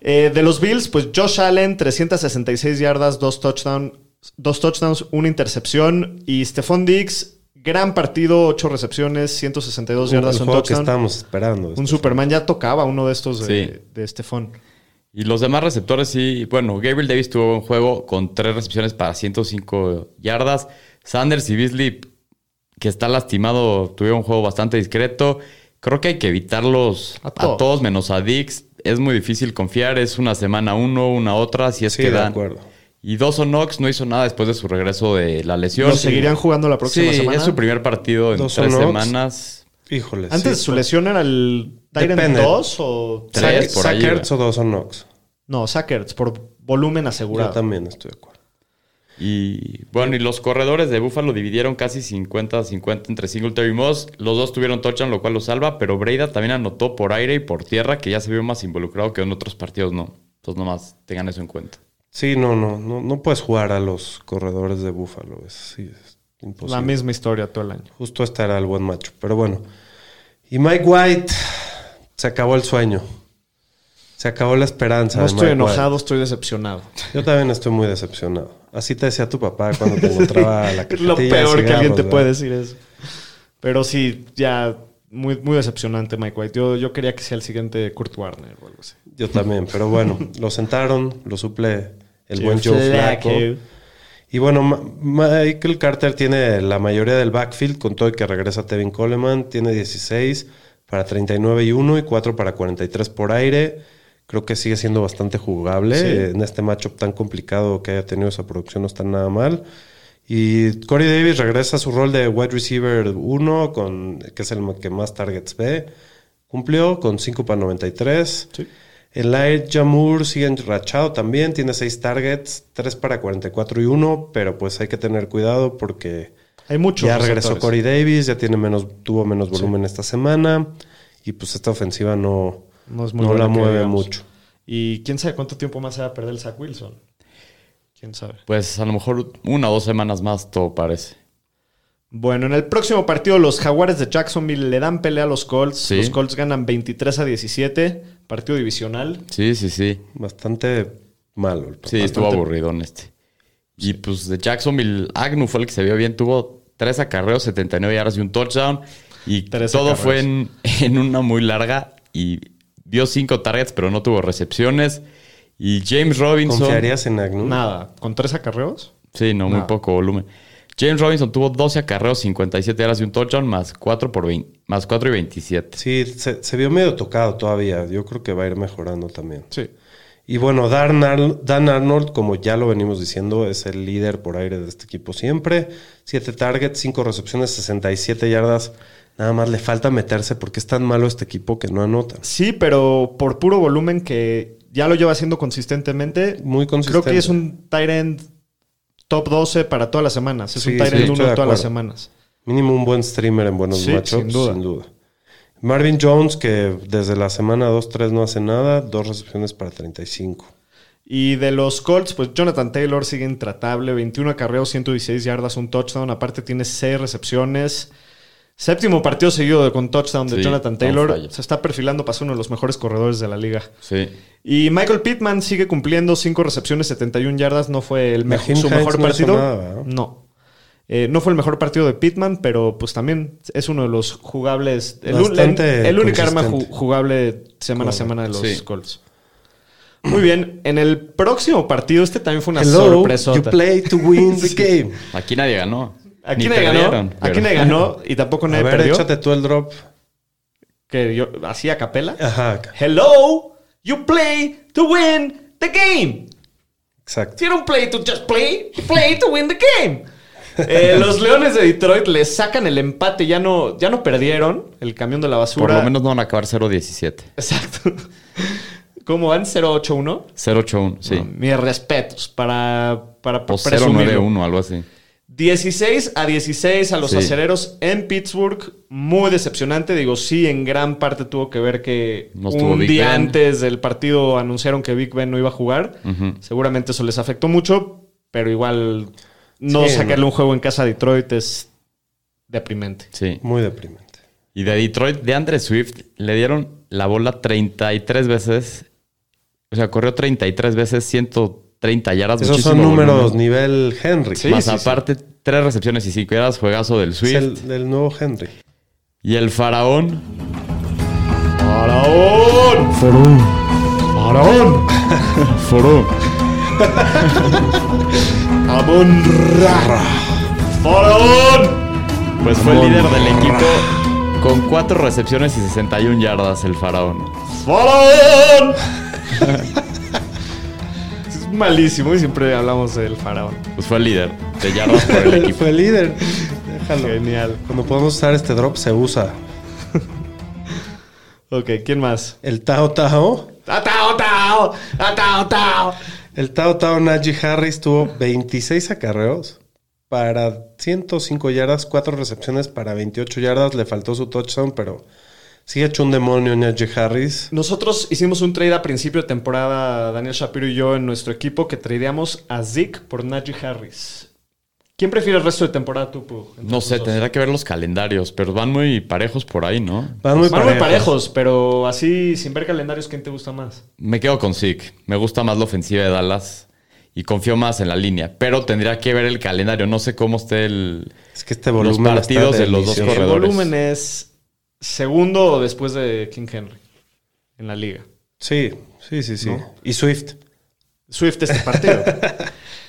S1: Eh, de los Bills, pues Josh Allen, 366 yardas, dos, touchdown, dos touchdowns, una intercepción. Y Stephon Diggs, gran partido, 8 recepciones, 162
S2: Uh, el
S1: yardas, un
S2: juego que
S1: touchdown.
S2: estábamos esperando. pues,
S1: Un Superman ya tocaba uno de estos de,
S3: Sí.
S1: de Stephon.
S3: Y los demás receptores sí, bueno, Gabriel Davis tuvo un juego con tres recepciones para 105 yardas. Sanders y Beasley, que está lastimado, tuvieron un juego bastante discreto. Creo que hay que evitarlos
S1: A
S3: a,
S1: todos.
S3: todos menos a Dix. Es muy difícil confiar, es una semana uno, una otra, si es
S2: Sí,
S3: que
S2: de
S3: dan.
S2: acuerdo.
S3: Y Dawson Knox no hizo nada después de su regreso de la lesión.
S1: ¿Lo seguirían jugando la próxima
S3: sí,
S1: semana?
S3: es su primer partido en
S2: Dawson
S3: tres
S2: Knox.
S3: semanas.
S2: Híjole,
S1: ¿Antes de su lesión era el Tyrant
S2: Depende.
S1: 2 o...?
S3: Tres, por ahí,
S2: Sackers o Dawson Knox.
S1: No, Sackers, por volumen
S2: Yo
S1: asegurado.
S2: también estoy de acuerdo.
S3: Y bueno, y los corredores de Buffalo dividieron casi 50-50 entre Singletary y Moss. Los dos tuvieron touchdown, lo cual lo salva, pero Breida también anotó por aire y por tierra, que ya se vio más involucrado que en otros partidos, no. Entonces nomás tengan eso en cuenta.
S2: Sí, no, no, no, no puedes jugar a los corredores de Buffalo, es, pues sí, es imposible.
S1: La misma historia todo el año.
S2: Justo este era el buen macho, pero bueno. Y Mike White, se acabó el sueño. Se acabó la esperanza.
S1: No
S2: de
S1: estoy
S2: Mike White.
S1: enojado, estoy decepcionado.
S2: Yo también estoy muy decepcionado. Así te decía tu papá cuando te encontraba la
S1: Es lo
S2: cajetilla de
S1: peor que alguien
S2: cigarros,
S1: te
S2: ¿verdad?
S1: puede decir eso. Pero sí, ya muy, muy decepcionante Mike White. Yo, yo quería que sea el siguiente Kurt Warner o algo así.
S2: Yo también, pero bueno, lo sentaron, lo suple
S1: pues,
S2: el buen Joe Flaco. Y bueno, Ma- Michael Carter tiene la mayoría del backfield, con todo y que regresa Tevin Coleman. Tiene 16 para 39 y 1 y 4 para 43 por aire. Creo que sigue siendo bastante jugable.
S1: Sí.
S2: Eh, En este matchup tan complicado que haya tenido esa producción no está nada mal. Y Corey Davis regresa a su rol de wide receiver 1, con, que es el que más targets ve. Cumplió con 5 para 93. El Elijah Moore sigue enrachado también, tiene 6 targets, 3 para 44 y 1, pero pues hay que tener cuidado porque
S1: Hay muchos.
S2: ya regresó
S1: receptores.
S2: Corey Davis, ya tiene menos, tuvo menos volumen esta semana y pues esta ofensiva no,
S1: No, es muy
S2: no la
S1: bueno que
S2: mueve
S1: digamos.
S2: mucho.
S1: Y quién sabe cuánto tiempo más se va a perder el Zach Wilson. Quién sabe.
S3: Pues a lo mejor una o dos semanas más, todo parece.
S1: Bueno, en el próximo partido los Jaguares de Jacksonville le dan pelea a los Colts.
S3: Sí.
S1: Los Colts ganan 23 a 17, partido divisional.
S3: Sí, sí, sí.
S2: Bastante malo el
S3: Sí, estuvo aburrido en este. Y pues de Jacksonville, Agnew fue el que se vio bien. Tuvo tres acarreos, 79 yardas y un touchdown. Y
S1: Tres
S3: todo
S1: acarreos.
S3: fue en, en una muy larga. Y dio cinco targets, pero no tuvo recepciones. Y James Robinson.
S2: ¿Confiarías en Agnew?
S1: Nada, con tres acarreos.
S3: Sí, no, muy
S1: No.
S3: poco volumen. James Robinson tuvo 12 acarreos, 57 yardas y un touchdown, más 4, por 20 más 4 y 27.
S2: Sí, se, se vio medio tocado todavía. Yo creo que va a ir mejorando también.
S1: Sí.
S2: Y bueno, Dan, Arn- Dan Arnold, como ya lo venimos diciendo, es el líder por aire de este equipo siempre. Siete targets, cinco recepciones, 67 yardas. Nada más le falta meterse porque es tan malo este equipo que no anota.
S1: Sí, pero por puro volumen que ya lo lleva haciendo consistentemente.
S2: Muy consistente.
S1: Creo que es un tight end top 12 para todas las semanas. Es
S2: Sí,
S1: un tight
S2: sí,
S1: end
S2: estoy
S1: 1
S2: de
S1: todas las
S2: acuerdo.
S1: semanas.
S2: Mínimo un buen streamer en buenos
S1: Sí,
S2: matchups,
S1: sin
S2: sin
S1: duda.
S2: duda. Marvin Jones, que desde la semana 2-3 no hace nada, dos recepciones para 35.
S1: Y de los Colts, pues Jonathan Taylor sigue intratable. 21 acarreos, 116 yardas, un touchdown. Aparte tiene 6 recepciones. Séptimo partido seguido de- con touchdown de
S3: Sí,
S1: Jonathan
S3: on
S1: Taylor.
S3: fire.
S1: Se está perfilando para ser uno de los mejores corredores de la liga.
S3: Sí.
S1: Y Michael Pittman sigue cumpliendo 5 recepciones, 71 yardas. No fue el mejor,
S2: Naheem
S1: su
S2: Hines
S1: mejor
S2: no hizo
S1: partido.
S2: nada, ¿verdad?
S1: no. Eh, no fue el mejor partido de Pittman, pero pues también es uno de los jugables. El, un-
S2: Bastante
S1: el- el único arma ju-
S2: consistente.
S1: jugable semana a semana de los
S3: Sí.
S1: Colts. Muy bien, en el próximo partido, este también fue una
S2: Hello, you
S1: sorpresota.
S2: play to win the game.
S3: Aquí nadie ganó.
S1: Aquí
S3: Ni
S1: nadie
S3: perdieron,
S1: ganó, aquí
S3: pero-
S1: nadie ganó y tampoco
S2: A
S1: nadie
S2: ver,
S1: perdió.
S2: échate tú el drop.
S1: Que yo hacía capela.
S2: Ajá,
S1: Hello, you play to win the game.
S2: exacto.
S1: You don't play to just play, you play to win the game. Eh, los Leones de Detroit le sacan el empate, ya no, ya no perdieron el camión de la basura.
S3: Por lo menos no van a acabar 0-17.
S1: Exacto. ¿Cómo van? 0-8-1.
S3: 0-8-1, sí.
S1: No, mis respetos para, para
S3: o
S1: presumirlo.
S3: 0-9-1, algo así.
S1: 16 a 16 a los
S3: Sí.
S1: acereros en Pittsburgh. Muy decepcionante. Digo, sí, en gran parte tuvo que ver que
S3: No estuvo
S1: un
S3: Big
S1: día
S3: Ben.
S1: antes del partido anunciaron que Big Ben no iba a jugar.
S3: Ujú.
S1: Seguramente eso les afectó mucho, pero igual no
S2: Sí,
S1: sacarle
S2: no.
S1: un juego en casa a Detroit es deprimente.
S3: Sí.
S2: Muy deprimente.
S3: Y de Detroit, de Andre Swift, le dieron la bola 33 veces. O sea, corrió 33 veces, 130 yardas.
S2: Esos son
S3: muchísimo
S2: números
S3: volumen.
S2: nivel Henry.
S3: Más aparte, tres recepciones y cinco yardas, juegazo del
S2: Es
S3: Swift.
S2: el, del nuevo Henry.
S3: Y el faraón,
S1: ¡Faraón! ¡Faraón! ¡Faraón! ¡Amon Rara! ¡Faraón!
S3: pues fue el líder del equipo con cuatro recepciones y 61 yardas el faraón.
S1: ¡Faraón! es malísimo y siempre hablamos del faraón.
S3: Pues fue el líder de yardas por el equipo.
S2: Fue el líder. Déjalo.
S1: Genial.
S2: Cuando podemos usar este drop, se usa.
S1: Ok, ¿quién más?
S2: El Tao Tao.
S1: ¡Atao, tao! ¡Atao, tao!
S2: El Tao Tao Najee Harris tuvo 26 acarreos para 105 yardas, 4 recepciones para 28 yardas. Le faltó su touchdown, pero sigue hecho un demonio Najee Harris.
S1: Nosotros hicimos un trade a principio de temporada, Daniel Shapiro y yo, en nuestro equipo, que tradeamos a Zeke por Najee Harris. ¿Quién prefiere el resto de temporada tú, Pu? entre
S3: No sé,
S1: los dos?
S3: tendrá que ver los calendarios, pero van muy parejos por ahí, ¿no?
S2: Van muy
S1: Van muy
S2: parejos.
S1: parejos, pero así, sin ver calendarios, ¿quién te gusta más?
S3: Me quedo con Zeke. Me gusta más la ofensiva de Dallas y confío más en la línea. Pero tendría que ver el calendario. No sé cómo esté el.
S2: Es que este volumen
S3: Los partidos
S2: está
S3: de los dos
S2: delicioso.
S1: El
S3: corredores.
S1: volumen es segundo después de King Henry en la liga.
S2: Sí, sí, sí, sí. Y Swift.
S1: Swift este partido.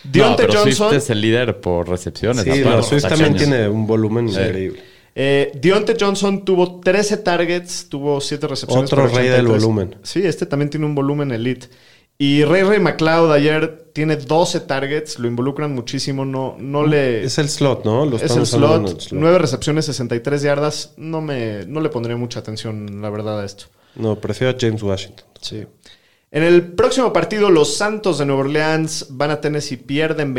S3: No,
S1: Dionte
S3: pero
S1: Johnson.
S3: Swift es el líder por recepciones.
S2: Sí,
S3: aparte,
S2: pero Swift también
S3: recepciones.
S2: tiene un volumen increíble.
S1: Eh, Dionte Johnson tuvo 13 targets, tuvo 7 recepciones.
S2: Otro
S1: para
S2: rey del
S1: 83.
S2: volumen.
S1: Sí, este también tiene un volumen elite. Y Ray Ray McLeod ayer tiene 12 targets, lo involucran muchísimo, no, no le...
S2: Es el slot, ¿no? Lo
S1: es
S2: están
S1: el
S2: usando
S1: slot,
S2: en el
S1: 9 recepciones, 63 yardas. No, me, no le pondré mucha atención, la verdad, a esto.
S2: No, prefiero a James Washington.
S1: Sí. En el próximo partido, los Santos de Nueva Orleans van a Tennessee, pierden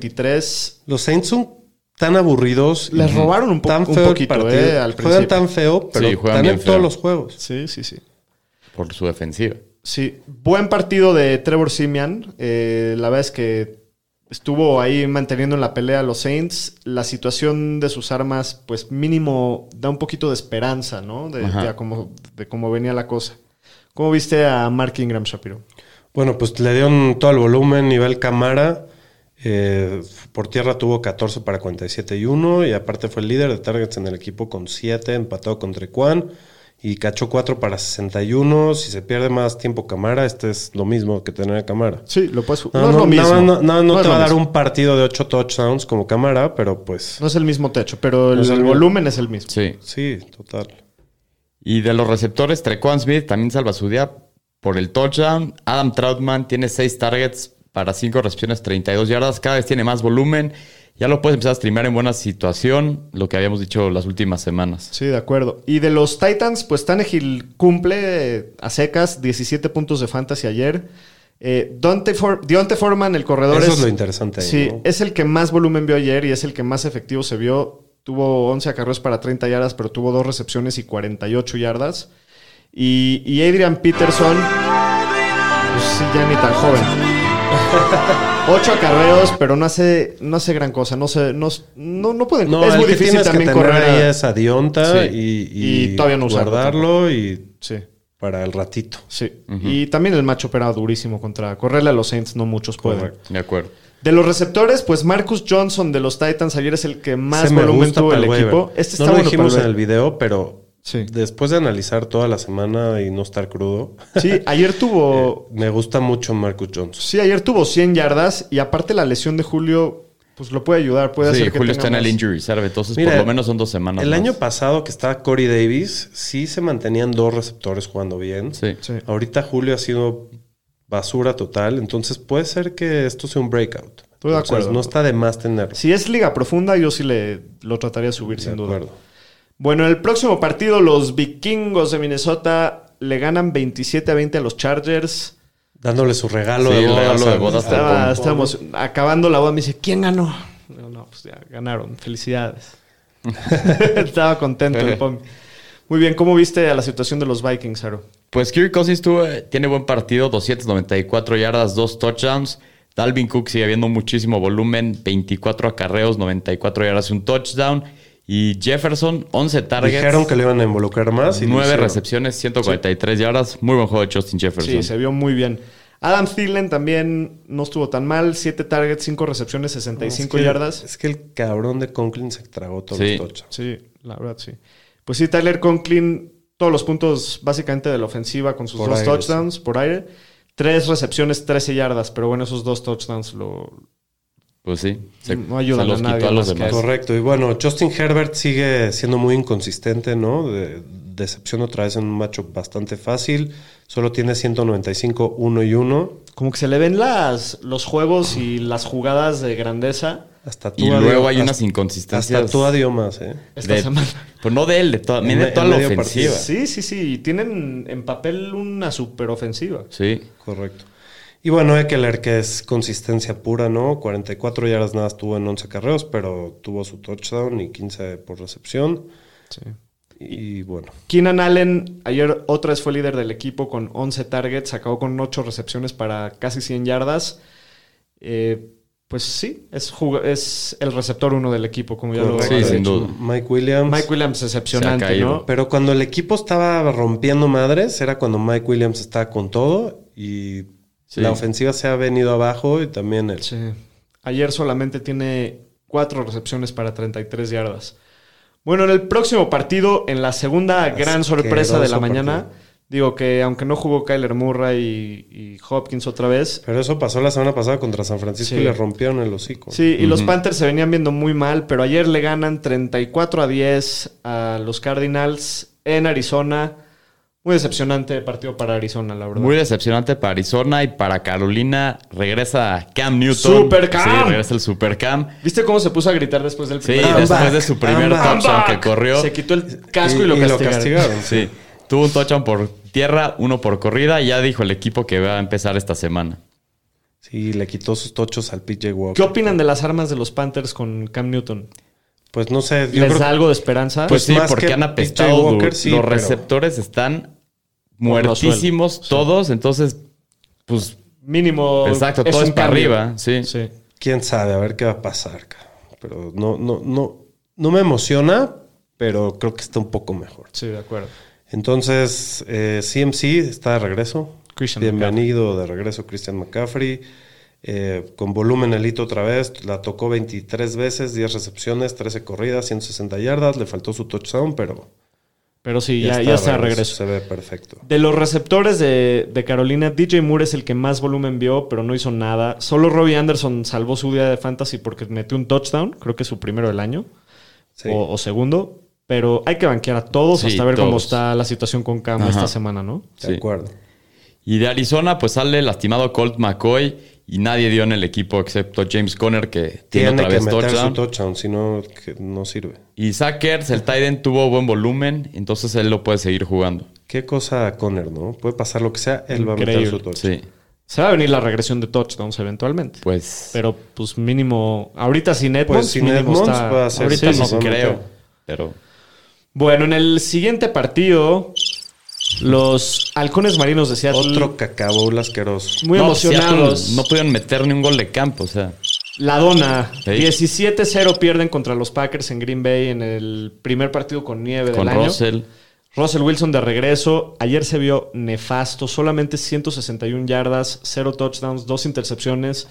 S1: 21-23.
S2: Los Saints son tan aburridos.
S1: Les
S2: y
S1: robaron un, po-
S2: tan
S1: un
S2: feo el
S1: poquito,
S2: partido.
S1: eh, al principio.
S2: Juegan tan feo, pero
S3: Sí, juegan
S2: están
S3: bien
S2: en todos
S3: feo.
S2: los juegos.
S1: Sí, sí, sí.
S3: Por su defensiva.
S1: Sí, buen partido de Trevor Simian. Eh, la verdad es que estuvo ahí manteniendo en la pelea a los Saints. La situación de sus armas, pues mínimo, da un poquito de esperanza, ¿no? De,
S3: Ajá.
S1: de a cómo, de cómo venía la cosa. ¿Cómo viste a Mark Ingram Shapiro?
S2: Bueno, pues le dieron todo el volumen, nivel cámara. Eh, por tierra tuvo 14 para 47 y 1. Y aparte fue el líder de targets en el equipo con 7, empatado con Trecuan. Y cachó 4 para 61. Si se pierde más tiempo cámara, este es lo mismo que tener a cámara.
S1: Sí, lo puedes.
S2: No,
S1: es
S2: no,
S1: lo mismo.
S2: nada más no- nada más no
S1: es
S2: te
S1: lo
S2: va a dar
S1: mismo.
S2: un partido de 8 touchdowns como cámara, pero pues
S1: No es el mismo techo, pero el,
S2: No es el mismo.
S1: volumen es el mismo.
S3: Sí.
S2: sí, total.
S3: Y de los receptores, Trequan Smith también salva su día por el touchdown. Adam Troutman tiene seis targets para cinco recepciones, 32 yardas. Cada vez tiene más volumen. Ya lo puedes empezar a streamear en buena situación, lo que habíamos dicho las últimas semanas.
S1: Sí, de acuerdo. Y de los Titans, pues Tannehill cumple eh, a secas 17 puntos de fantasy ayer. Eh, Dante For- Dionte Foreman, el corredor.
S2: Eso
S1: es,
S2: es lo interesante ahí,
S1: Sí,
S2: ¿no?
S1: es el que más volumen vio ayer y es el que más efectivo se vio. Tuvo 11 acarreos para 30 yardas, pero tuvo dos recepciones y 48 yardas. Y, y Adrian Peterson, pues sí, ya ni tan joven. Ocho acarreos, pero no hace, no hace gran cosa. No se, no, no, no pueden.
S2: No,
S1: es
S2: el
S1: muy
S2: que
S1: difícil
S2: tienes que
S1: también
S2: tener
S1: correr.
S2: ahí
S1: a-
S2: es a Dionta
S3: Sí.
S2: y,
S1: Y todavía no usarlo
S2: guardarlo y
S1: Sí.
S2: para el ratito.
S1: Sí. Y también el macho era durísimo contra correrle a los Saints, no muchos pueden.
S2: Correcto.
S3: De acuerdo.
S1: De los receptores, pues Marcus Johnson de los Titans ayer es el que más
S2: Ese me
S1: volumen
S2: gusta
S1: tuvo
S2: para
S1: el
S2: waiver.
S1: equipo. Este está
S2: no lo
S1: bueno para
S2: dijimos en
S1: el
S2: el video, pero
S1: Sí.
S2: Después de analizar toda la semana y no estar crudo,
S1: Sí, ayer tuvo.
S2: me gusta mucho Marcus Jones.
S1: Sí, ayer tuvo 100 yardas y aparte la lesión de Julio, pues lo puede ayudar. Puede
S3: Sí,
S1: hacer que
S3: Julio
S1: tenga
S3: está en el
S1: más.
S3: injury reserve, entonces
S2: Mira,
S3: por lo menos son dos semanas.
S2: El
S3: más.
S2: año pasado que estaba Corey Davis, sí se mantenían dos receptores jugando bien.
S3: Sí.
S1: Sí.
S2: Ahorita Julio ha sido basura total, entonces puede ser que esto sea un breakout.
S1: Estoy de
S2: Entonces,
S1: acuerdo.
S2: No está de más tenerlo.
S1: Si es liga profunda, yo sí le, lo trataría de subir, sin
S2: de
S1: duda.
S2: acuerdo.
S1: Bueno, en el próximo partido, los vikingos de Minnesota le ganan 27 a 20 a los Chargers.
S2: Dándole su regalo
S3: Sí,
S2: de
S3: el
S2: bodas.
S3: regalo de
S2: al-
S3: bodas.
S2: al-
S1: Estaba, estábamos acabando la boda, me dice, ¿quién ganó? No, no, pues ya ganaron, felicidades. Estaba contento el Pong. Muy bien, ¿cómo viste a la situación de los Vikings, Aro?
S3: Pues Kirk Cousins tuvo- tiene buen partido, 294 yardas, dos touchdowns. Dalvin Cook sigue habiendo muchísimo volumen, 24 acarreos, 94 yardas, y un touchdown. Y Jefferson, 11 targets,
S2: Dijeron que le iban a involucrar más. Y lo
S3: 9
S2: hicieron.
S3: recepciones, 143 yardas. Muy buen juego de Justin Jefferson.
S1: Sí, se vio muy bien. Adam Thielen también no estuvo tan mal, 7 targets, 5 recepciones,
S2: No, es
S1: 65
S2: que-
S1: yardas.
S2: Es que el cabrón de Conklin se tragó todos
S3: Sí.
S2: los touchdowns.
S1: Sí, la verdad, sí. Pues sí, Tyler Conklin, todos los puntos básicamente de la ofensiva con sus
S2: Por
S1: dos
S2: aire,
S1: touchdowns por aire. Tres recepciones, 13 yardas, pero bueno, esos dos touchdowns lo...
S3: Pues sí, se,
S1: No ayudan
S3: se los
S1: a nadie
S3: quitó a
S1: más
S3: los
S1: que a
S3: demás.
S1: Eso.
S2: Correcto. Y bueno, Justin Herbert sigue siendo muy inconsistente, ¿no? De- decepción otra vez en un matchup bastante fácil. Solo tiene 195, 1 y 1.
S1: Como que se le ven las, los juegos y las jugadas de grandeza
S2: Hasta tú
S3: Y
S2: adió-
S3: luego hay
S2: hasta-
S3: unas inconsistencias.
S2: Hasta tú idiomas, ¿eh?
S1: esta
S3: de-
S1: semana.
S3: Pues no de él, de toda,
S2: En
S3: de
S2: me-
S3: toda
S2: en
S3: la
S2: medio partido.
S3: ofensiva. Sí.
S1: Sí, sí, sí. Tienen en papel una superofensiva.
S2: Correcto. Y bueno, Eckler, que es consistencia pura, ¿no? 44 yardas nada estuvo en 11 carreos, pero tuvo su touchdown y 15 por recepción.
S1: Sí.
S2: Y bueno,
S1: Keenan Allen ayer otra vez fue líder del equipo con 11 targets, acabó con 8 recepciones para casi 100 yardas. Eh, pues sí, es, jug- es el receptor uno del equipo, como ya lo
S2: correcto.
S3: Sí,
S1: había
S3: sin
S1: dicho.
S3: duda.
S2: Mike Williams.
S1: Mike Williams,
S3: Se ha
S1: excepcionante,
S3: caído.
S1: ¿no?
S2: Pero cuando el equipo estaba rompiendo madres, era cuando Mike Williams estaba con todo y
S3: Sí.
S2: la ofensiva se ha venido abajo y también el...
S1: Sí. Ayer solamente tiene 4 recepciones para 33 yardas. Bueno, en el próximo partido, en la segunda gran sorpresa de la
S2: Asqueroso
S1: mañana,
S2: partido.
S1: digo que aunque no jugó Kyler Murray y- y Hopkins otra vez,
S2: Pero eso pasó la semana pasada contra San Francisco
S1: Sí.
S2: y le rompieron el hocico.
S1: Sí, y los Panthers se venían viendo muy mal, pero ayer le ganan 34 a 10 a los Cardinals en Arizona. Muy decepcionante partido para Arizona, la verdad.
S3: Muy decepcionante para Arizona y para Carolina. Regresa Cam Newton.
S1: Super Cam.
S3: Sí, regresa el Super Cam.
S1: ¿Viste cómo se puso a gritar después del
S3: Sí,
S1: primer
S2: I'm
S3: después
S2: back,
S3: de su
S2: I'm
S3: primer
S2: back.
S3: touchdown
S1: ¡Comeback!
S3: que corrió.
S1: Se quitó el casco y, lo castigaron.
S3: Sí. Tuvo un touchdown por tierra, uno por corrida. Y ya dijo el equipo que va a empezar esta semana.
S2: Sí, le quitó sus tochos al PJ
S1: ¿Qué
S2: Walker.
S1: opinan de las armas de los Panthers con Cam Newton?
S2: Pues no sé, yo
S1: ¿Les
S2: creo
S1: da algo de esperanza?
S3: Pues,
S2: Pues
S3: sí,
S2: más
S3: porque
S2: que
S3: han
S2: PJ
S3: apestado. du-
S2: Walker, sí,
S3: los
S2: pero-
S3: receptores están
S1: Por los
S3: muertísimos todos. Entonces, pues,
S1: mínimo.
S3: exacto,
S1: es
S3: todo
S1: un
S3: es para
S1: cambio.
S3: arriba. Sí.
S1: Sí.
S2: quién sabe, a ver qué va a pasar. cabrón. Pero no, no, no, no me emociona, pero creo que está un poco mejor.
S1: sí, de acuerdo.
S2: Entonces, eh, CMC está de regreso.
S1: Christian
S2: Bienvenido de regreso, Christian McCaffrey. Eh, con volumen el hito otra vez, la tocó 23 veces, 10 recepciones, 13 corridas, 160 yardas, le faltó su touchdown, pero
S1: Pero sí, ya, ya está de regreso.
S2: Se ve perfecto.
S1: De los receptores de, de Carolina, DJ Moore es el que más volumen vio, pero no hizo nada. Solo Robbie Anderson salvó su día de fantasy porque metió un touchdown, creo que es su primero del año
S2: Sí.
S1: o, o segundo. Pero hay que banquear a todos
S3: Sí,
S1: hasta ver cómo
S3: todos.
S1: está la situación con Cam
S3: Ajá.
S1: esta semana, ¿no?
S2: de
S3: sí.
S2: acuerdo.
S3: Y de Arizona, pues sale lastimado Colt McCoy y nadie dio en el equipo excepto James Conner, que tiene,
S2: Tiene
S3: otra
S2: que
S3: vez
S2: meter su
S3: touchdown.
S2: touchdown, si no, que no sirve.
S3: y Sackers, el Tiden, tuvo buen volumen, entonces él lo puede seguir jugando.
S2: Qué cosa Conner, ¿no? Puede pasar lo que sea, él va a meter
S1: Increíble.
S2: su touchdown.
S3: Sí,
S1: Se va a venir la regresión de touchdowns eventualmente.
S3: pues.
S1: pero pues mínimo, ahorita sin Edmonds,
S2: sin
S1: mínimo
S2: Edmonds
S1: está-
S2: va a ser-
S1: ahorita
S3: ahorita
S2: sí,
S1: no.
S3: no
S2: sí, sí.
S3: creo. Pero.
S1: Bueno, en el siguiente partido, los halcones marinos de Seattle
S2: Otro cacabol asqueroso.
S1: muy
S3: No,
S1: emocionados.
S3: Seattle no pudieron meter ni un gol de campo, o sea.
S1: La dona.
S3: Sí.
S1: 17-0 pierden contra los Packers en Green Bay en el primer partido con nieve
S3: Con
S1: del año.
S3: Russell.
S1: Russell Wilson de regreso. Ayer se vio nefasto. Solamente 161 yardas, 0 touchdowns, 2 intercepciones.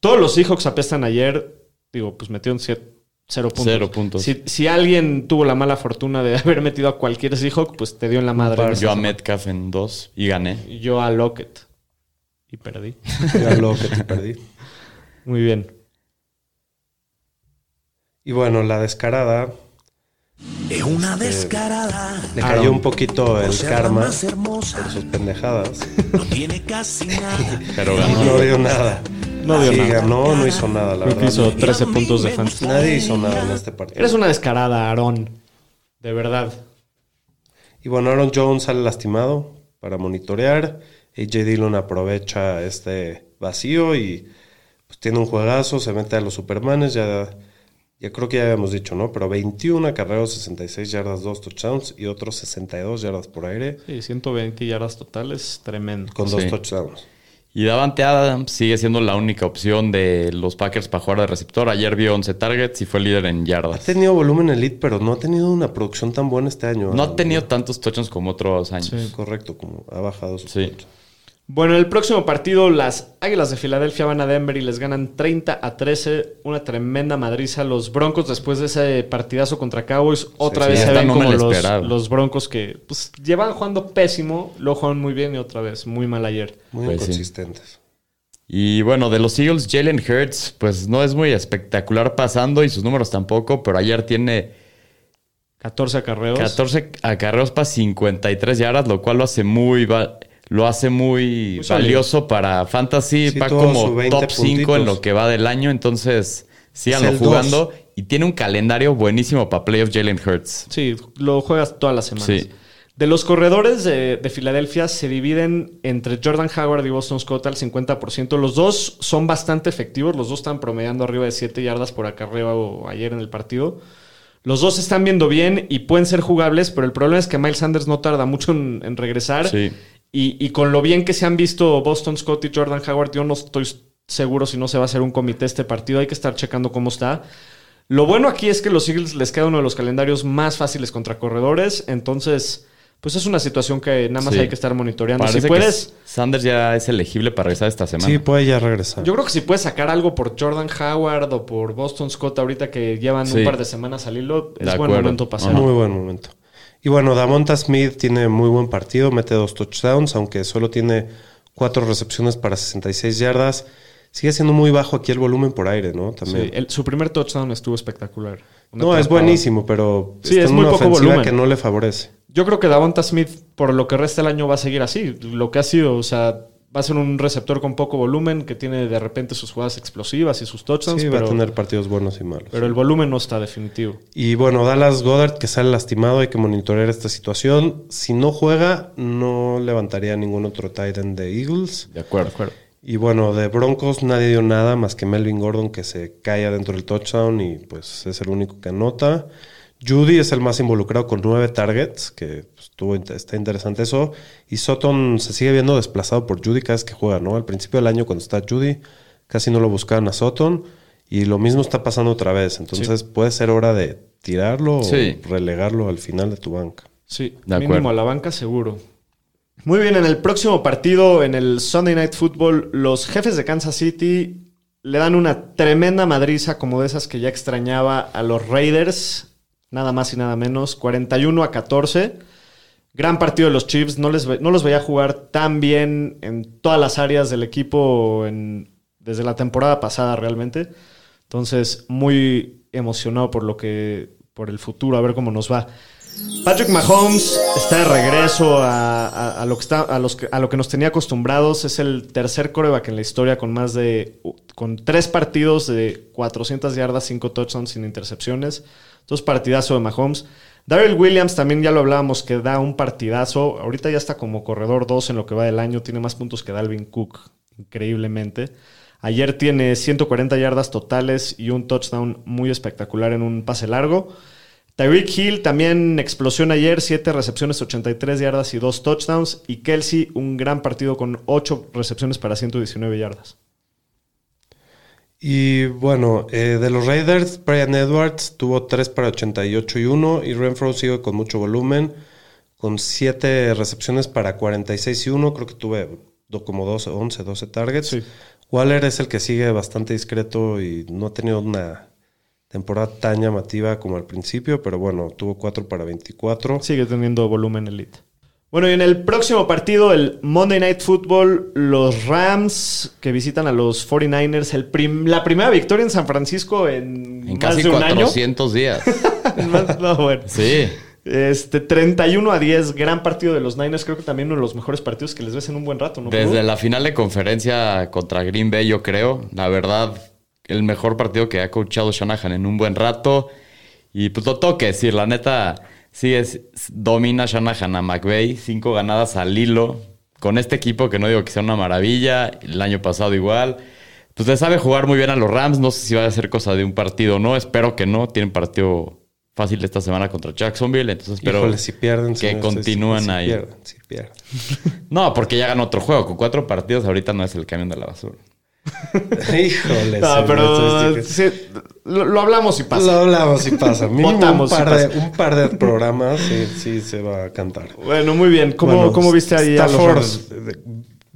S1: Todos los Seahawks apestan ayer. Digo, pues metieron 7 Cero puntos.
S3: Cero puntos.
S1: Si, si alguien tuvo la mala fortuna de haber metido a cualquier Seahawk, pues te dio en la madre. en esa
S3: Yo a
S1: semana.
S3: Metcalf en dos y gané.
S1: Yo a Lockett. Y perdí.
S2: Era lo que te perdí.
S1: Muy bien.
S2: Y bueno, la descarada. Este,
S7: Es una descarada.
S2: Le
S1: Aaron.
S2: cayó un poquito el
S7: será
S2: karma
S7: más hermosa.
S2: por sus pendejadas.
S7: No tiene casi nada.
S3: Pero ganó.
S2: No dio nada.
S1: No dio
S2: Sí,
S1: nada.
S2: ganó, no hizo nada, la
S1: Creo que
S2: verdad.
S1: hizo 13 puntos de fans.
S2: Nadie hizo nada en este partido.
S1: Eres una descarada, Aarón. De verdad.
S2: Y bueno, Aaron Jones sale lastimado para monitorear. AJ Dillon aprovecha este vacío y pues, tiene un juegazo, se mete a los Supermanes. Ya, ya creo que ya habíamos dicho, ¿no? Pero 21 acarreos, 66 yardas, 2 touchdowns y otros 62 yardas por aire
S1: Sí, 120 yardas totales. Tremendo.
S2: con dos
S3: Sí.
S2: touchdowns.
S3: Y Davante Adams sigue siendo la única opción de los Packers para jugar de receptor. Ayer vio 11 targets y fue líder en
S2: Ha
S3: yardas.
S2: tenido volumen elite, pero no ha tenido una producción tan buena este año.
S3: No ha
S2: Adam.
S3: tenido tantos touchdowns como otros años.
S1: Sí.
S2: Correcto, como ha bajado su
S3: Sí.
S2: touchdowns.
S1: Bueno, en el próximo partido las Águilas de Filadelfia van a Denver y les ganan 30 a 13, una tremenda madriza a los Broncos después de ese partidazo contra Cowboys, otra
S3: sí,
S1: vez se
S3: esta
S1: ven
S3: no me
S1: como
S3: la
S1: los,
S3: esperaba.
S1: los Broncos que pues, llevan jugando pésimo, lo juegan muy bien y otra vez muy mal ayer.
S2: Muy
S3: Pues sí.
S2: inconsistentes.
S3: Y bueno, de los Eagles, Jalen Hurts, pues no es muy espectacular pasando y sus números tampoco, pero ayer tiene
S1: 14 acarreos.
S3: 14 acarreos para 53 yardas, lo cual lo hace muy va- lo hace muy,
S1: Muy sólido.
S3: valioso para fantasy,
S2: Pues Sí,
S3: va
S2: tuvo
S3: como
S2: su 20
S3: top 5 en
S2: puntitos.
S3: lo que va del año, entonces
S2: Es
S3: síganlo
S2: el
S3: jugando y tiene un calendario buenísimo para playoffs Jalen Hurts.
S1: Sí, lo juegas todas las semanas.
S3: Sí.
S1: De los corredores de, de Filadelfia se dividen entre Jordan Howard y Boston Scott al 50%. Los dos son bastante efectivos. Los dos están promediando arriba de 7 yardas por acarreo ayer en el partido. Los dos se están viendo bien y pueden ser jugables, pero el problema es que Miles Sanders no tarda mucho en, en regresar.
S3: Sí.
S1: Y, y con lo bien que se han visto Boston Scott y Jordan Howard, yo no estoy seguro si no se va a hacer un comité este partido. Hay que estar checando cómo está. Lo bueno aquí es que los Eagles les queda uno de los calendarios más fáciles contra corredores. Entonces, pues es una situación que nada más
S3: Sí.
S1: hay que estar monitoreando.
S3: Parece
S1: si
S3: que
S1: puedes,
S3: Sanders ya es elegible para regresar esta semana.
S2: Sí, puede ya regresar.
S1: yo creo que si puedes sacar algo por Jordan Howard o por Boston Scott ahorita que llevan
S3: Sí.
S1: un par de semanas al hilo, es
S3: De
S1: buen
S3: acuerdo.
S1: momento para
S3: Ajá.
S1: hacerlo.
S2: Muy buen momento. Y bueno, Damonta Smith tiene muy buen partido, mete dos touchdowns, aunque solo tiene cuatro recepciones para 66 yardas. Sigue siendo muy bajo aquí el volumen por aire, ¿no? También.
S1: Sí, el- su primer touchdown estuvo espectacular. Una
S2: no, es
S1: atrapada.
S2: buenísimo, pero
S1: Sí, es
S2: en
S1: muy
S2: una
S1: poco
S2: ofensiva
S1: volumen.
S2: que no le favorece.
S1: Yo creo que Davonta Smith, por lo que resta el año, va a seguir así. Lo que ha sido, o sea, va a ser un receptor con poco volumen que tiene de repente sus jugadas explosivas y sus touchdowns,
S2: Sí, va
S1: pero,
S2: a tener partidos buenos y malos.
S1: pero el volumen no está definitivo.
S2: Y bueno, Dallas Goddard que sale lastimado, hay que monitorear esta situación. Si no juega, no levantaría ningún otro Titan de Eagles.
S3: De acuerdo.
S2: Y bueno, de Broncos nadie dio nada más que Melvin Gordon que se cae adentro del touchdown y pues es el único que anota. Judy es el más involucrado con nueve targets, que pues, estuvo int- está interesante eso. Y Sutton se sigue viendo desplazado por Judy cada vez que juega, ¿no? Al principio del año cuando está Judy casi no lo buscaban a Sutton y lo mismo está pasando otra vez. Entonces puede ser hora de tirarlo
S3: Sí.
S2: o relegarlo al final de tu banca.
S1: Sí,
S3: De
S1: mínimo
S3: acuerdo.
S1: a la banca seguro. Muy bien, en el próximo partido, en el Sunday Night Football, los jefes de Kansas City le dan una tremenda madriza como de esas que ya extrañaba a los Raiders, nada más y nada menos, 41 a 14. Gran partido de los Chiefs, no, les ve- no los veía jugar tan bien en todas las áreas del equipo en- desde la temporada pasada realmente. Entonces, muy emocionado por lo que por el futuro, a ver cómo nos va. Patrick Mahomes está de regreso a, a- a lo, que está- a, los que- a lo que nos tenía acostumbrados. Es el tercer coreback en la historia con más de. con tres partidos de 400 yardas, cinco touchdowns sin intercepciones. Entonces, partidazo de Mahomes. Darrell Williams también ya lo hablábamos que da un partidazo. Ahorita ya está como corredor 2 en lo que va del año. Tiene más puntos que Dalvin Cook, increíblemente. Ayer tiene 140 yardas totales y un touchdown muy espectacular en un pase largo. Tyreek Hill también explosión ayer, 7 recepciones, 83 yardas y 2 touchdowns. Y Kelsey, un gran partido con 8 recepciones para 119 yardas.
S2: Y bueno, eh, de los Raiders, Brian Edwards tuvo 3 para 88 y 1 y Renfro sigue con mucho volumen, con 7 recepciones para 46 y 1, creo que tuve do- como 12, 11, 12 targets.
S1: Sí.
S2: Waller es el que sigue bastante discreto y no ha tenido una temporada tan llamativa como al principio, pero bueno, tuvo 4 para 24.
S1: Sigue teniendo volumen elite. Bueno, y en el próximo partido, el Monday Night Football, los Rams que visitan a los 49ers, el prim- la primera victoria en San Francisco en,
S3: En
S1: más
S3: casi
S1: de un
S3: 400 días.
S1: año. En más- no, bueno.
S3: Sí.
S1: Este 31 a 10, gran partido de los Niners, creo que también uno de los mejores partidos que les ves en un buen rato, ¿no?
S3: Desde
S1: Hugo?
S3: la final de conferencia contra Green Bay, yo creo. La verdad, el mejor partido que ha coachado Shanahan en un buen rato. Y pues lo tengo que decir, la neta, sí es, domina Shanahan a McVay. Cinco ganadas al hilo. Con este equipo que no digo que sea una maravilla. El año pasado igual. Pues le sabe jugar muy bien a los Rams. No sé si va a ser cosa de un partido o no. Espero que no. Tienen partido fácil esta semana contra Jacksonville. Entonces espero
S2: Híjole, si pierden,
S3: que
S2: señores,
S3: continúan
S2: si
S3: ahí.
S2: Pierden, si pierden.
S3: No, porque ya ganó otro juego. Con cuatro partidos ahorita no es el camión de la basura.
S2: Híjole,
S1: No,
S2: señores,
S1: pero
S2: estoy-
S1: sí, lo, lo hablamos y pasa.
S2: Lo hablamos y pasa. Mínimo
S1: Votamos
S2: un,
S1: y
S2: par
S1: pasa.
S2: De, un par de programas sí, sí se va a cantar.
S1: Bueno, muy bien. ¿Cómo,
S2: Bueno,
S1: cómo viste ahí a los
S2: Stafford
S1: Rams?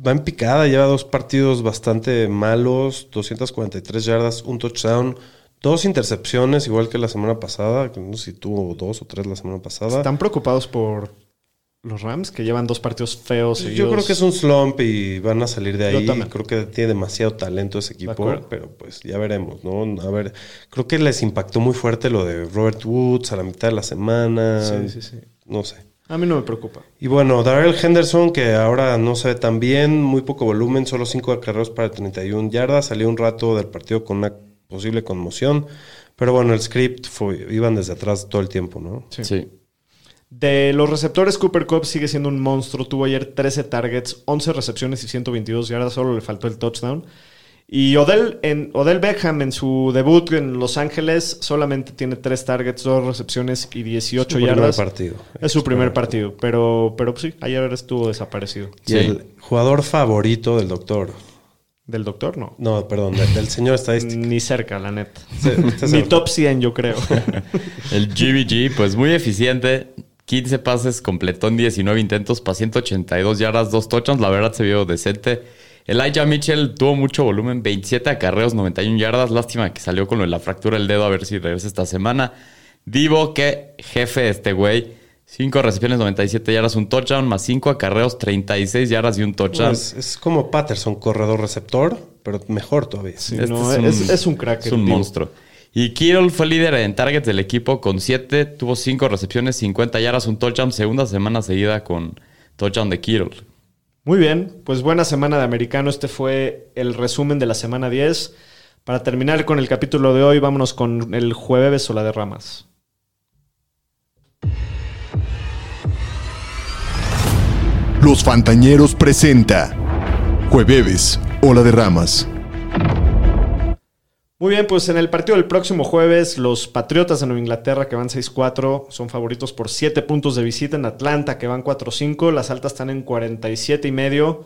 S2: va en picada, lleva dos partidos bastante malos, 243 yardas, un touchdown, dos intercepciones, igual que la semana pasada, que no sé si tuvo dos o tres la semana pasada.
S1: ¿Están preocupados por los Rams que llevan dos partidos feos?
S2: Yo
S1: seguidos?
S2: creo que es un slump y van a salir de
S1: Yo
S2: ahí.
S1: también.
S2: Creo que tiene demasiado talento ese equipo,
S1: acuerdo.
S2: pero pues ya veremos, ¿no? A ver, creo que les impactó muy fuerte lo de Robert Woods a la mitad de la semana.
S1: Sí, sí, sí.
S2: No sé.
S1: A mí no me preocupa.
S2: Y bueno, Darrell Henderson, que ahora no se ve tan bien, muy poco volumen, solo 5 acarreos para 31 yardas, salió un rato del partido con una posible conmoción, pero bueno, el script fue, iban desde atrás todo el tiempo, ¿no?
S1: Sí.
S3: Sí.
S1: De los receptores, Cooper Cup sigue siendo un monstruo. Tuvo ayer 13 targets, 11 recepciones y 122 yardas. Solo le faltó el touchdown. Y Odell, en, Odell Beckham en su debut en Los Ángeles solamente tiene 3 targets, 2 recepciones y 18
S2: Su primer
S1: yardas.
S2: partido.
S1: Es su primer partido, pero, pero pues sí, ayer estuvo desaparecido.
S2: Y el jugador favorito del doctor.
S1: Del doctor, no.
S2: No, perdón, del, del señor estadístico.
S1: Ni cerca, la neta.
S2: Sí, este es
S1: Ni
S2: el-
S1: top 100, yo creo.
S3: El GBG, pues muy eficiente. 15 pases completó en 19 intentos para 182 yardas, dos touchdowns. La verdad se vio decente. Elijah Mitchell tuvo mucho volumen, 27 acarreos, 91 yardas. Lástima que salió con lo de la fractura del dedo, a ver si regresa esta semana. Divo, qué jefe este güey. 5 recepciones, 97 yardas, un touchdown, más 5 acarreos, 36 yardas y un touchdown.
S2: es, es como Patterson, corredor receptor, pero mejor todavía.
S1: Sí, no, es- es un crack
S3: Es Este un
S1: el tipo.
S3: monstruo. Y Kittle fue líder en targets del equipo con 7, tuvo 5 recepciones, 50 yardas, un touchdown, segunda semana seguida con touchdown de Kittle.
S1: Muy bien, pues buena semana de americano. Este fue el resumen de la semana 10. Para terminar con el capítulo de hoy, vámonos con el jueves o la de ramas.
S4: Los Fantañeros presenta Jueves, Ola de Ramas.
S1: Muy bien, pues en el partido del próximo jueves, los Patriotas de Nueva Inglaterra que van 6-4 son favoritos por 7 puntos de visita en Atlanta que van 4-5, las altas están en 47 y medio.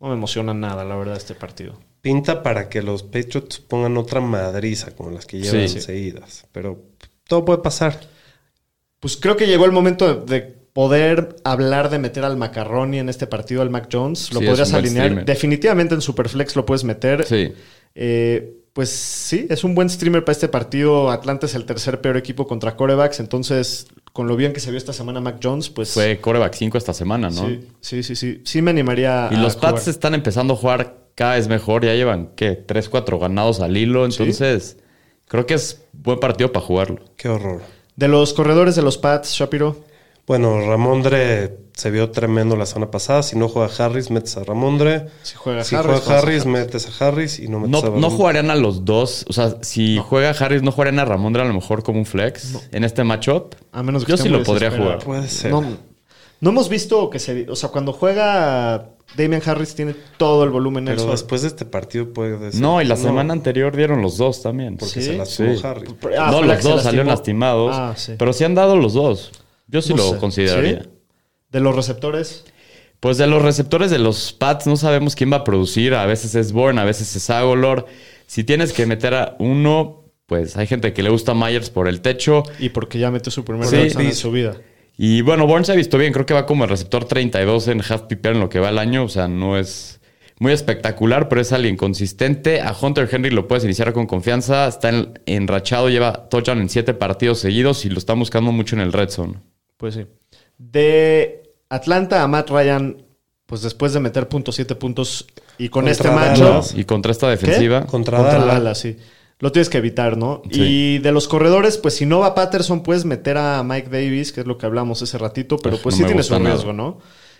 S1: No me emociona nada, la verdad, este partido.
S2: Pinta para que los Patriots pongan otra madriza como las que llevan
S3: Sí.
S2: seguidas, pero todo puede pasar.
S1: Pues creo que llegó el momento de de poder hablar de meter al Macaroni en este partido, al Mac Jones. Lo
S3: Sí, es
S1: podrías
S3: un buen
S1: alinear.
S3: streamer.
S1: Definitivamente en Superflex lo puedes meter.
S3: Sí.
S1: Eh, pues sí, es un buen streamer para este partido. Atlanta es el tercer peor equipo contra corebacks. Entonces, con lo bien que se vio esta semana Mac Jones, pues.
S3: Fue coreback 5 esta semana, ¿no?
S1: sí, sí, sí, sí. Sí me animaría
S3: Y
S1: a
S3: los
S1: jugar.
S3: Pats están empezando a jugar cada vez mejor, ya llevan, ¿qué? 3, 4 ganados al hilo, entonces creo que es buen partido para jugarlo.
S2: Qué horror.
S1: De los corredores de los Pats, Shapiro.
S2: Bueno, Ramondre se vio tremendo la semana pasada. Si no juega Harris, metes a Ramondre.
S1: Si juega
S2: si
S1: Harris,
S2: juega
S1: juegas a
S2: Harris, metes a Harris y no metes a
S3: No,
S2: Ramondre.
S3: no jugarían a los dos, o sea, si juega Harris, no jugarían a Ramondre a lo mejor como un flex en este matchup.
S1: A menos que
S3: Yo
S1: esté
S3: sí lo
S1: muy
S3: podría
S1: desesperado.
S3: jugar.
S2: Puede ser.
S1: No, no hemos visto que se. O sea, cuando juega Damian Harris tiene todo el volumen en el
S2: pero
S1: suelo.
S2: después de este partido puede ser.
S3: No, y la semana anterior dieron los dos también.
S2: Porque
S1: Sí,
S2: se las
S3: sí.
S2: tuvo Harris.
S1: Ah,
S3: no,
S1: fue la
S3: los
S1: que se
S3: dos salieron
S1: lastimó.
S3: lastimados.
S1: Ah, sí.
S3: Pero sí han dado los dos. Yo sí
S1: No
S3: lo
S1: sé.
S3: consideraría.
S1: ¿Sí? De los receptores.
S3: Pues de los receptores de los Pats no sabemos quién va a producir. A veces es Bourne, a veces es Agolor. Si tienes que meter a uno, pues hay gente que le gusta Myers por el techo.
S1: Y porque ya metió su primer
S3: Sí.
S1: touchdown en su vida.
S3: Y bueno, Bourne se ha visto bien. Creo que va como el receptor 32 en half PPR en lo que va el año. O sea, no es muy espectacular, pero es alguien consistente. A Hunter Henry lo puedes iniciar con confianza. Está en- enrachado, lleva touchdown en siete partidos seguidos y lo están buscando mucho en el red zone.
S1: Pues sí. De Atlanta a Matt Ryan, pues después de meter punto siete puntos y con
S2: Contra
S1: este macho.
S2: Dallas.
S3: Y contra esta defensiva,
S2: Ah, Contra,
S1: Contra
S2: Dallas.
S1: Dallas, sí. Lo tienes que evitar, ¿no?
S3: Sí.
S1: Y de los corredores, pues si no va Patterson, puedes meter a Mike Davis, que es lo que hablamos ese ratito, pero
S3: Uf,
S1: pues
S3: no
S1: sí
S3: me
S1: tiene su
S3: gusta nada.
S1: riesgo, ¿no?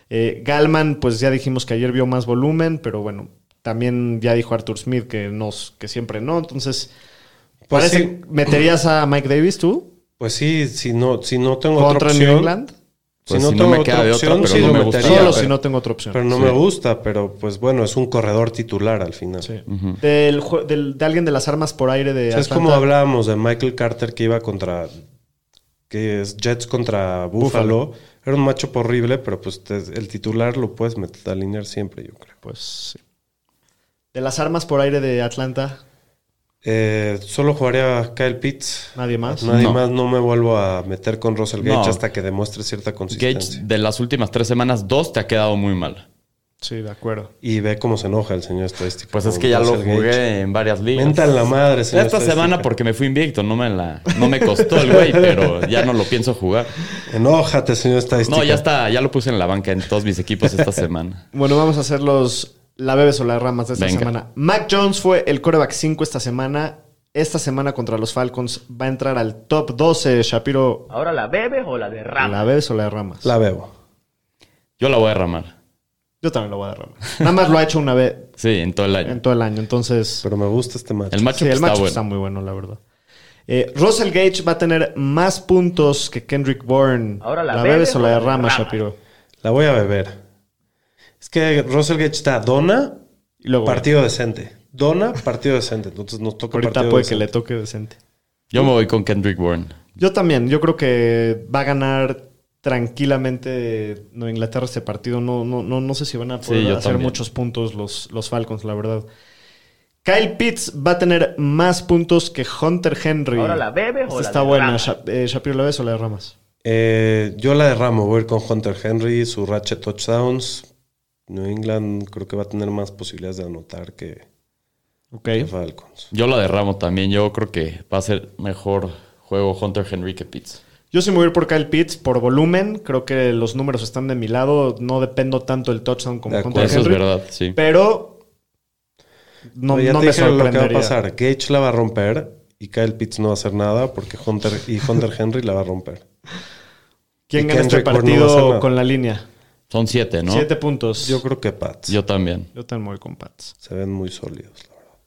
S1: Eh, Galman, pues ya dijimos que ayer vio más volumen, pero bueno, también ya dijo Arthur Smith que, nos, que siempre no. Entonces,
S2: Pues
S1: parece,
S2: sí.
S1: ¿meterías a Mike Davis tú?
S2: Pues sí, si no, si no tengo otra
S1: ¿Contra New
S2: opción.
S1: England?
S3: Pues
S2: si no
S3: si no
S2: tengo
S3: me queda
S2: otra
S3: de otra,
S2: opción,
S3: pero
S2: sí
S3: no
S2: lo
S3: me
S2: metería.
S3: gustaría,
S1: Solo
S2: pero-
S1: si no tengo otra opción.
S2: Pero no
S3: Sí.
S2: me gusta, pero pues bueno, es un corredor titular al final.
S1: Sí. Del jue- del- de alguien de las armas por aire de
S2: O sea, es
S1: Atlanta.
S2: como hablábamos de Michael Carter que iba contra que es Jets contra Buffalo. Era un macho horrible, pero pues te- el titular lo puedes meter, alinear siempre, yo creo.
S1: Pues sí. De las armas por aire de Atlanta,
S2: Eh, solo jugaría Kyle Pitts.
S1: nadie más.
S2: Nadie
S3: No.
S2: más, no me vuelvo a meter con Russell Gage
S3: No.
S2: hasta que demuestre cierta
S3: Gage
S2: consistencia.
S3: de las últimas tres semanas, dos te ha quedado muy mal.
S1: Sí, de acuerdo.
S2: Y ve cómo se enoja el señor estadístico.
S3: Pues es
S2: con
S3: que ya lo
S2: Russell Gage.
S3: jugué en varias ligas.
S2: Menta en la madre, señor
S3: Esta
S2: estadística.
S3: semana porque me fui invicto, no me, la, no me costó el güey, pero ya no lo pienso jugar.
S2: Enójate, señor
S1: Este
S2: estadístico.
S3: No, ya está, ya lo puse en la banca en todos mis equipos esta semana.
S1: Bueno, vamos a hacer los la bebes o las ramas de esta
S3: Venga.
S1: semana. Mac Jones fue el coreback 5 esta semana. Esta semana contra los Falcons va a entrar al top 12. Shapiro,
S6: Ahora la bebes o la derramas.
S1: ¿la bebes o la derramas?
S2: La veo.
S3: Yo la voy a derramar.
S1: Yo también la voy a derramar. Nada más lo ha hecho una vez
S3: Sí, en todo el
S1: en
S3: año.
S1: todo el año. Entonces,
S2: Pero me gusta este macho.
S3: El matchup
S1: sí, el
S3: está
S1: matchup
S3: bueno.
S1: está muy bueno, la verdad. Eh, Russell Gage va a tener más puntos que Kendrick Bourne.
S6: Ahora la
S1: bebes
S6: bebes
S1: o la
S6: o la
S1: derramas,
S6: derramas.
S1: Shapiro?
S2: La voy a beber. Es que Russell Gage está dona,
S1: Y luego,
S2: partido decente. Dona, partido decente. Entonces nos toca
S1: ahorita
S2: partido
S1: puede que
S2: decente.
S1: le toque decente.
S3: Yo me voy con Kendrick Bourne.
S1: Yo también, yo creo que va a ganar tranquilamente Nueva Inglaterra este partido. No, no, no, no sé si van a poder
S3: Sí, yo
S1: hacer
S3: también.
S1: muchos puntos los, los Falcons, la verdad. Kyle Pitts va a tener más puntos que Hunter Henry.
S6: Ahora la bebes
S1: Esta
S6: o la
S1: está buena.
S6: derramas.
S1: Sha- eh, ¿Shapiro la ves o la derramas?
S2: Eh, yo la derramo. Voy a ir con Hunter Henry, su racha de touchdowns. New England creo que va a tener más posibilidades de anotar que
S1: Ok.
S2: que Falcons.
S3: Yo la derramo también. Yo creo que va a ser mejor juego Hunter Henry que Pitts.
S1: Yo sí me voy a ir por Kyle Pitts por volumen. Creo que los números están de mi lado. No dependo tanto del touchdown como
S2: De
S1: Hunter
S2: acuerdo.
S3: Eso es
S1: Henry.
S3: verdad, sí.
S1: Pero no,
S2: Pero ya
S1: no
S2: te
S1: me
S2: dije lo que va
S1: sorprendería.
S2: a pasar. Gage la va a romper y Kyle Pitts no va a hacer nada porque Hunter y Hunter Henry la va a romper.
S1: ¿Quién
S2: Y
S1: gana este
S2: Kendrick Bourne no va a hacer
S1: partido
S2: nada.
S1: con la línea?
S3: Son siete, ¿no?
S1: Siete puntos.
S2: Yo creo que Pats.
S3: Yo también.
S1: Yo también voy con Pats.
S2: Se ven muy sólidos, la verdad.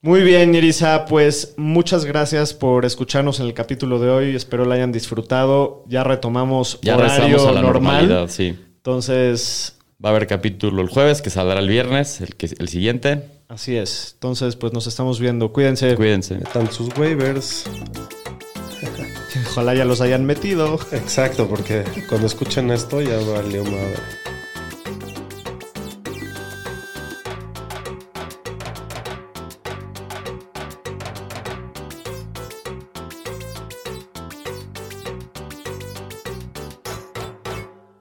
S1: Muy bien, Yerisa. Pues muchas gracias por escucharnos en el capítulo de hoy. Espero la hayan disfrutado. Ya retomamos
S3: Ya regresamos
S1: horario
S3: a la normalidad,
S1: normal.
S3: sí.
S1: Entonces,
S3: Va a haber capítulo el jueves que saldrá el viernes, el, que, el siguiente.
S1: así es. Entonces, pues nos estamos viendo. Cuídense.
S3: Cuídense.
S2: Metan sus waivers.
S1: Ojalá ya los hayan metido.
S2: Exacto, porque cuando escuchen esto ya valió madre.